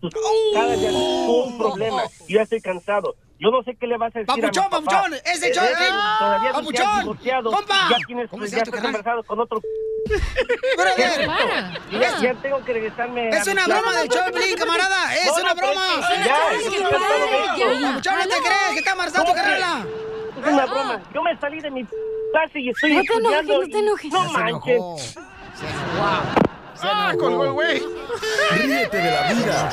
tus
¡Oh!
cada día un problema. Yo ya estoy cansado. Yo no sé qué le vas a decir
Papuchón,
a mi papá.
papuchón, ese
Eh,
show-
eh, Todavía no te has
Papuchón,
divorciado.
compa.
Ya tienes
¿Cómo
pues,
se llama
ya
tu
estás
canal?
embarazado con otro.
a
¿Qué
ver,
es esto?
para.
Ya, ya tengo que regresarme.
Es
a
una
mi
broma
casa.
del show de Piolín, camarada, es
No, no,
una
pero
broma.
es que ya, es que
Ay,
ya
padre,
todo
ya.
eso.
Papuchón, ¿no te crees que está embarazada tu
¿Cómo
carnala? Ah.
crees? Es una broma. Yo me salí de mi clase y estoy
No te enojes,
estudiando
no te
y-
enojes.
No
Ya se enojó.
manches.
¡Ah, colgó el güey!
Ríete de la vida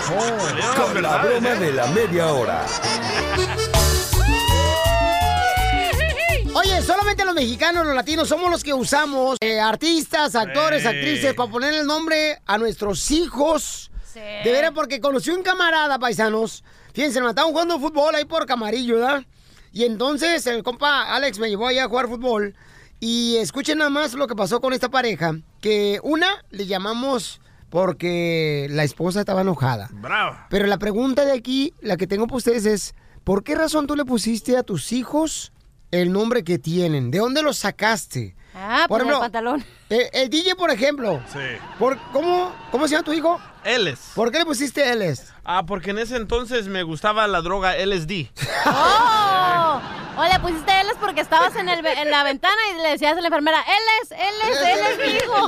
con la broma de la media hora.
Oye, solamente los mexicanos, los latinos, somos los que usamos eh, artistas, actores,
Sí.
actrices para poner el nombre a nuestros hijos. De veras, porque conocí un camarada, paisanos. Fíjense, nos estaban jugando fútbol ahí por Camarillo, ¿verdad? Y entonces el compa Alex me llevó allá a jugar fútbol. Y escuchen nada más lo que pasó con esta pareja. Que una le llamamos porque la esposa estaba enojada.
Bravo.
Pero la pregunta de aquí, la que tengo para ustedes es, ¿por qué razón tú le pusiste a tus hijos el nombre que tienen? ¿De dónde los sacaste?
Ah, por el pantalón.
eh, El, DJ, por ejemplo. Por, ¿cómo, ¿Cómo se llama tu hijo?
Ellis.
¿Por qué le pusiste Ellis?
Ah, porque en ese entonces me gustaba la droga LSD.
¡Oh! O le pusiste L's porque estabas en, el ve- en la ventana y le decías a la enfermera, L's, L's, L's, mi hijo.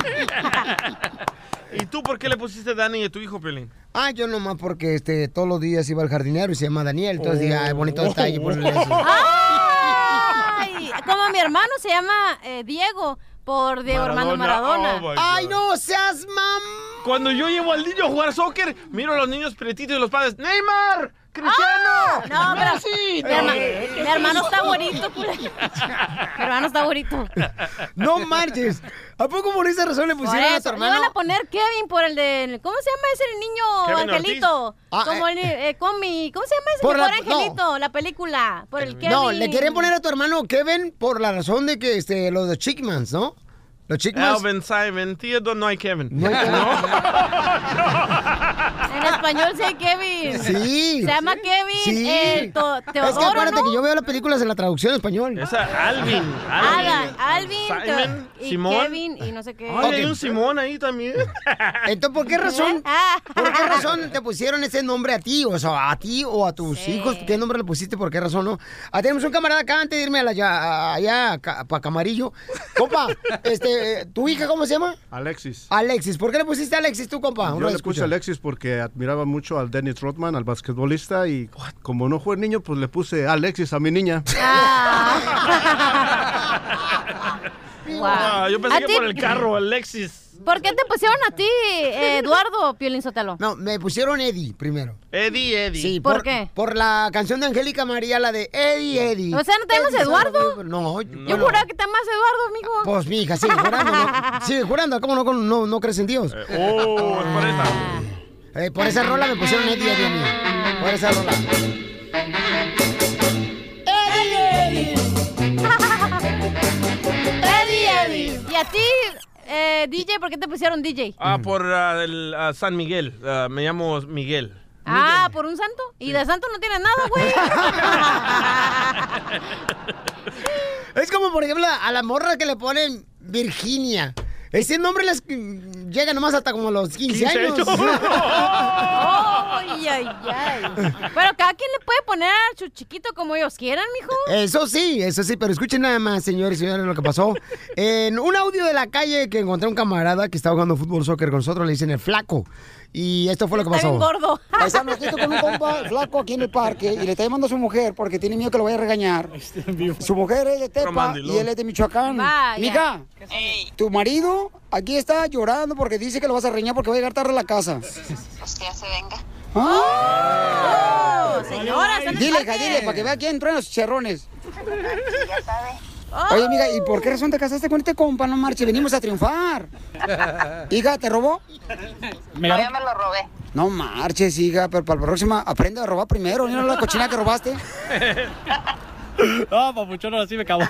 ¿Y tú por qué le pusiste Dani a tu hijo, Pelín?
Ah, yo nomás porque este, todos los días iba al jardinero y se llama Daniel. Entonces dije, ay, bonito
Oh.
detalle. por
Ah.
¡Ay! Como mi hermano se llama eh, Diego, por Diego Armando Maradona.
oh my
¡Ay, no seas mam!
Cuando yo llevo al niño a jugar soccer, miro a los niños pretitos y los padres, ¡Neymar! ¡Cristiano!
No, pero
¡Messi!
mi, herma-
Eh, ¿qué
mi hermano
es
está
eso?
bonito. cula. Mi hermano está bonito.
No marches. ¿A poco por esa razón le pusieron a tu
Por eso, le
hermano?
iban a poner Kevin por el de... ¿Cómo se llama ese niño
Kevin
Angelito?
Ortiz. Ah,
Como
eh.
el, eh, comi- ¿Cómo se llama ese?
Por
Por,
la-
Angelito, la película. Por el Kevin.
No, le quieren poner a tu hermano Kevin por la razón de que este, los de Chickmans, ¿no? Los Chickmans.
Alvin, Simon, tío, no, no hay Kevin.
En español se Kevin.
Sí.
Se llama Kevin.
Sí.
eh, To-
es que
Teodoro,
acuérdate
¿no?
que yo veo las películas en la traducción en español.
Esa Alvin.
Alan, Alvin,
Simon,
Teo- y
Simón.
Kevin y no sé qué.
Ay, hay un Simón ahí también.
Entonces, ¿por qué razón? ¿Por qué razón te pusieron ese nombre a ti? O sea, a ti o a tus hijos. ¿Qué nombre le pusiste? ¿Por qué razón no? Ah, tenemos un camarada acá antes de irme a la, ya- a- allá para Camarillo. Compa, este, eh, ¿tu hija cómo se llama?
Alexis.
Alexis. ¿Por qué le pusiste a Alexis tú, compa?
Yo
Uno
le
Ah, escucha.
puse Alexis porque admiraba mucho al Dennis Rodman, al basquetbolista, y como no fue niño, pues le puse Alexis a mi niña.
Wow.
Ah, yo pensé
¿A
que
ti?
por el carro, Alexis.
¿Por qué te pusieron a ti, eh, Eduardo Piolín Sotelo?
No, me pusieron Eddie primero.
Eddie, Eddie.
Sí, ¿Por, qué? Por la canción de Angélica María, la de Eddie, Eddie.
O sea, ¿no te llamas
Eddie,
Eduardo?
No,
Yo juraba que te amas Eduardo, amigo.
Pues mi hija, sigue jurando, ¿no? Sigue jurando, ¿cómo no, no, no crees en Dios? Eh,
oh, es por esa.
por esa rola me pusieron Eddie, Eddie, a mí. Por esa rola.
Eddie, Eddie. Y a ti, eh, DJ, ¿por qué te pusieron DJ?
Mm.
Ah, por ah, el, ah, San Miguel. Ah, me llamo Miguel.
Ah, por un santo. Y de santo no tienes nada, güey.
Es como, por ejemplo, a la morra que le ponen Virginia. Ese nombre les mm, llega nomás hasta como los 15 años.
ay, ay, ay. Pero cada quien le puede poner a su chiquito como ellos quieran, mijo.
Eso sí, eso sí, pero escuchen nada más, señores y señores, lo que pasó. En un audio de la calle que encontré un camarada que estaba jugando fútbol soccer con nosotros, le dicen el flaco. Y esto fue lo que
Está
pasó.
bien gordo. Paisano,
Paisano,
aquí estoy con un compa flaco aquí en el parque y le está llamando a su mujer porque tiene miedo que lo vaya a regañar. Su mujer es de Tepa
Mandilón.
y él es de Michoacán.
Vaya.
Mija, tu marido aquí está llorando porque dice que lo vas a regañar porque va a llegar tarde a la casa.
Pues que ya se venga.
Oh,
¡Ah!
¡Oh! Señora, está en el
Dile,
parque.
hija, dile, para que vea quién traen los chicharrones.
Ya sabe.
Oh.
Oye, amiga, ¿y por qué razón te casaste con este compa? No marches, venimos a triunfar. Hija, ¿te robó?
No, ya me lo robé.
No marches, hija, pero para la próxima aprende a robar primero. Mira la cochina que robaste.
No, papuchón, así me acabó.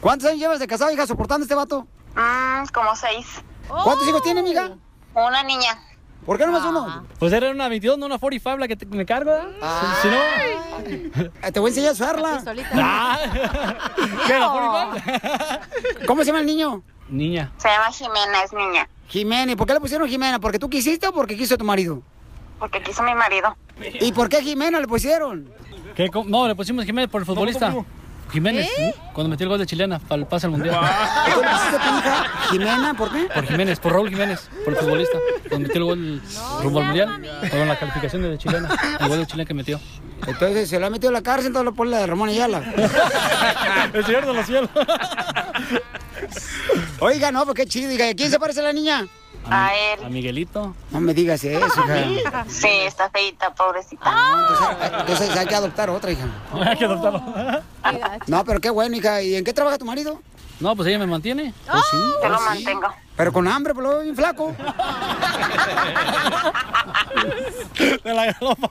¿Cuántos años llevas de casado, hija, soportando a este vato?
Mm, como seis.
¿Cuántos hijos tiene, amiga?
Una niña.
¿Por qué nomás uno?
Pues era una 22, no una 45 la que te- me cargo, ¿eh?
Ah.
Si no... Ah.
Te voy a enseñar a usarla. ¿Cómo se llama el niño?
Niña.
Se llama Jimena, es niña.
Jimena. ¿Y por qué le pusieron Jimena? ¿Porque tú quisiste o porque quiso tu marido?
Porque quiso mi marido.
¿Y por qué Jimena le pusieron?
¿Qué com- no, le pusimos Jiménez por el futbolista. Jiménez, cuando metió el gol de chilena para el pase al mundial.
¿Tú le pusiste a tu hija Jimena? ¿Por qué?
Por Jiménez, por Raúl Jiménez, por el futbolista. Cuando metió el gol rumbo al mundial, con la calificación de chilena, el gol de chilena que metió.
Entonces se lo ha metido en la cárcel, entonces lo pone la de Ramón Ayala.
El señor de los cielos.
Oiga, no, porque chido. Diga, ¿a quién se parece la niña?
A él.
¿A Miguelito?
No me digas eso, hija.
Sí, está feita, pobrecita.
Ah.
Entonces hay que adoptar otra, hija.
Hay que adoptarlo.
No, pero qué bueno, hija. ¿Y en qué trabaja tu marido?
No, pues ella me mantiene.
Pues sí.
Oh, Te
Ah,
lo
pues sí.
mantengo.
Pero con hambre, por lo bien flaco.
De la galopa.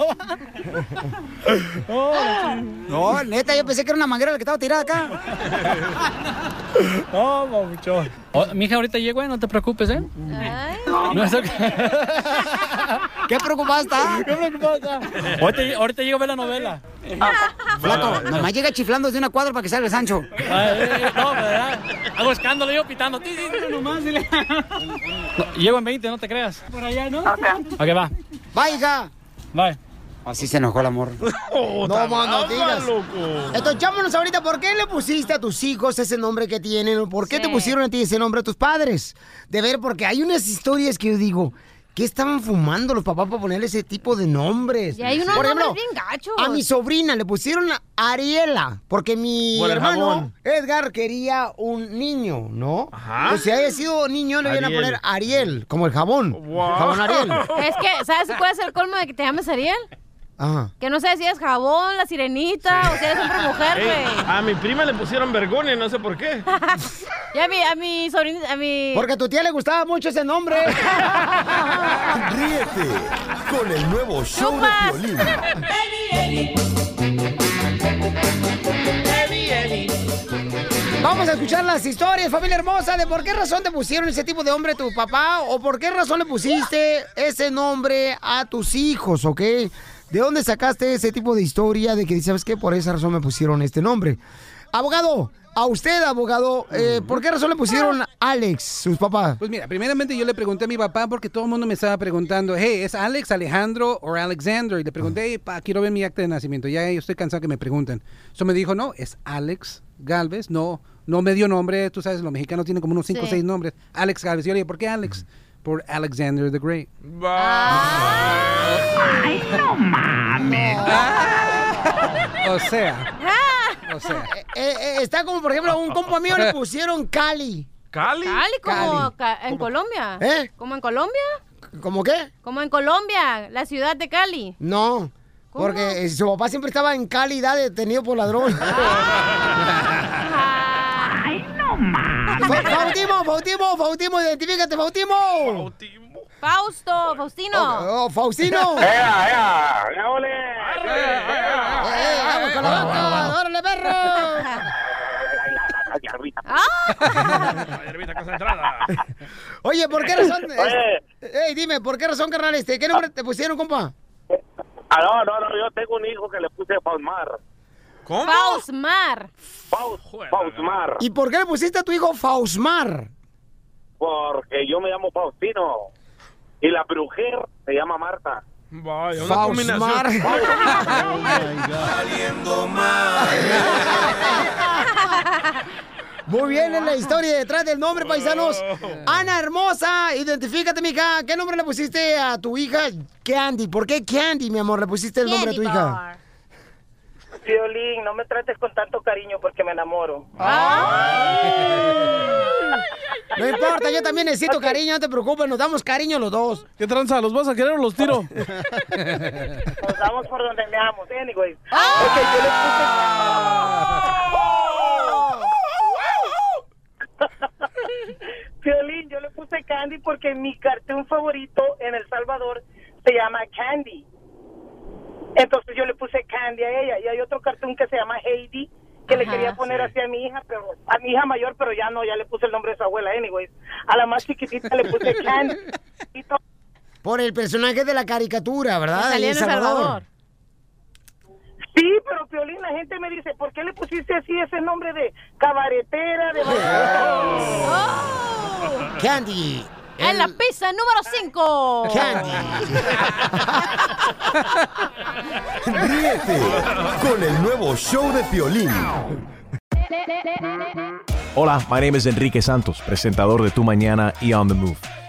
Oh, No, neta, yo pensé que era una manguera la que estaba tirada acá.
No, mamuchón. Oh, mija, ahorita llego, eh, no te preocupes, ¿eh? No es
¿Qué preocupada está?
¿Qué preocupada está? Ahorita, ahorita llego a ver la novela. Ah,
Flaco, nomás llega chiflando de una cuadra para que salga el Sancho.
Ay, eh, no, ¿verdad? Hago escándalo yo pitando. Ti, ti, ti, nomás, dile. No, llego en 20, no te creas. Por allá, ¿no? Ok, va.
Va, hija.
Bye.
Así se enojó el amor.
no, mano, digas. Entonces, llámanos ahorita. ¿Por qué le pusiste a tus hijos ese nombre que tienen? ¿Por qué te pusieron a ti ese nombre a tus padres? De ver, porque hay unas historias que yo digo. ¿Qué estaban fumando los papás para ponerle ese tipo de nombres?
Y hay unos
Por
nombres
ejemplo,
bien gachos.
a mi sobrina le pusieron a Ariela, porque mi
Por el
hermano
jabón.
Edgar quería un niño, ¿no?
Ajá.
Pues si haya sido niño, le iban a
Ariel.
poner Ariel, como el jabón. Jabón Ariel.
Es que, ¿sabes cuál es el colmo de que te llames Ariel?
Ajá.
Que no sé si es jabón, la sirenita, o si eres hombre o mujer,
Ey,
güey.
a mi prima le pusieron vergüenza, no sé por qué.
Y a mi, a mi sobrinita, a mi...
Porque a tu tía le gustaba mucho ese nombre.
Ríete con el nuevo show
¡Chupas!
de violín.
Vamos a escuchar las historias, familia hermosa, de por qué razón te pusieron ese tipo de hombre a tu papá o por qué razón le pusiste ese nombre a tus hijos, ¿ok? ¿De dónde sacaste ese tipo de historia de que sabes qué? Por esa razón me pusieron este nombre. Abogado, a usted, abogado, eh, ¿por qué razón le pusieron Alex, sus papás?
Pues mira, primeramente yo le pregunté a mi papá porque todo el mundo me estaba preguntando, hey, ¿es Alex, Alejandro o Alexander? Y le pregunté, hey, pa, quiero ver mi acta de nacimiento. Ya yo estoy cansado que me preguntan. Eso me dijo, no, es Alex Galvez. No, no me dio nombre. Tú sabes, los mexicanos tienen como unos 5 o
Sí.
6 nombres. Alex Galvez. Yo le dije, ¿por qué Alex? Por Alexander the Great.
Ay, no mames.
O sea, o sea.
Eh, eh, está como, por ejemplo, a un compa mío le pusieron Cali.
¿Cali?
Cali, como ca- en Colombia.
¿Eh?
¿Como en Colombia?
¿Cómo qué?
Como en Colombia, la ciudad de Cali.
No, porque eh, su papá siempre estaba en Cali, da detenido por ladrón.
Ah. Ay, no
Fa- Fautimo, Fautimo, Fautimo, identifícate, Fautimo.
Fausto, Faustino.
Oh, oh, Faustino. Eh, ¡Vamos
Ah,
con la vaca! ¡Órale, perro!
Ah.
Oye, ¿por qué razón?
Oye.
es- Ey, dime, ¿por qué razón, carnal, este? ¿Qué nombre te pusieron, compa?
Ah, no, no, no, yo tengo un hijo que le puse Pausmar.
¿Cómo?
Fausmar.
Pausmar,
¿Y por qué le pusiste a tu hijo Fausmar?
porque yo me llamo Faustino. Y la brujer se llama Marta.
Vaya, una
Fausmar.
combinación.
Muy bien, es la historia detrás del nombre, paisanos. Ana hermosa, identifícate, mija. ¿Qué nombre le pusiste a tu hija? Candy. ¿Por qué Candy, mi amor, le pusiste el nombre a tu hija?
Violín, no me trates con tanto cariño porque me enamoro.
Ah. No importa, yo también necesito cariño, no te preocupes, nos damos cariño los dos.
¿Qué tranza? ¿Los vas a querer o los tiro?
Nos damos por donde andamos, anyways. Violín, yo le puse Candy porque mi cartoon favorito en El Salvador se llama Candy. Entonces yo le puse Candy a ella. Y hay otro cartoon que se llama Heidi, que le
Ajá,
quería poner así a mi hija, pero a mi hija mayor, pero ya no, ya le puse el nombre de su abuela, anyways. A la más chiquitita le puse Candy.
Por el personaje de la caricatura, ¿verdad?
Que salía
De
en El Salvador. Sí, pero Violín, la gente me dice, ¿por qué le pusiste así ese nombre de cabaretera? De...
Candy.
Ah, En la pizza número 5.
Ríete con el nuevo show de violín.
Hola, my name is Enrique Santos, presentador de Tu Mañana y On the Move.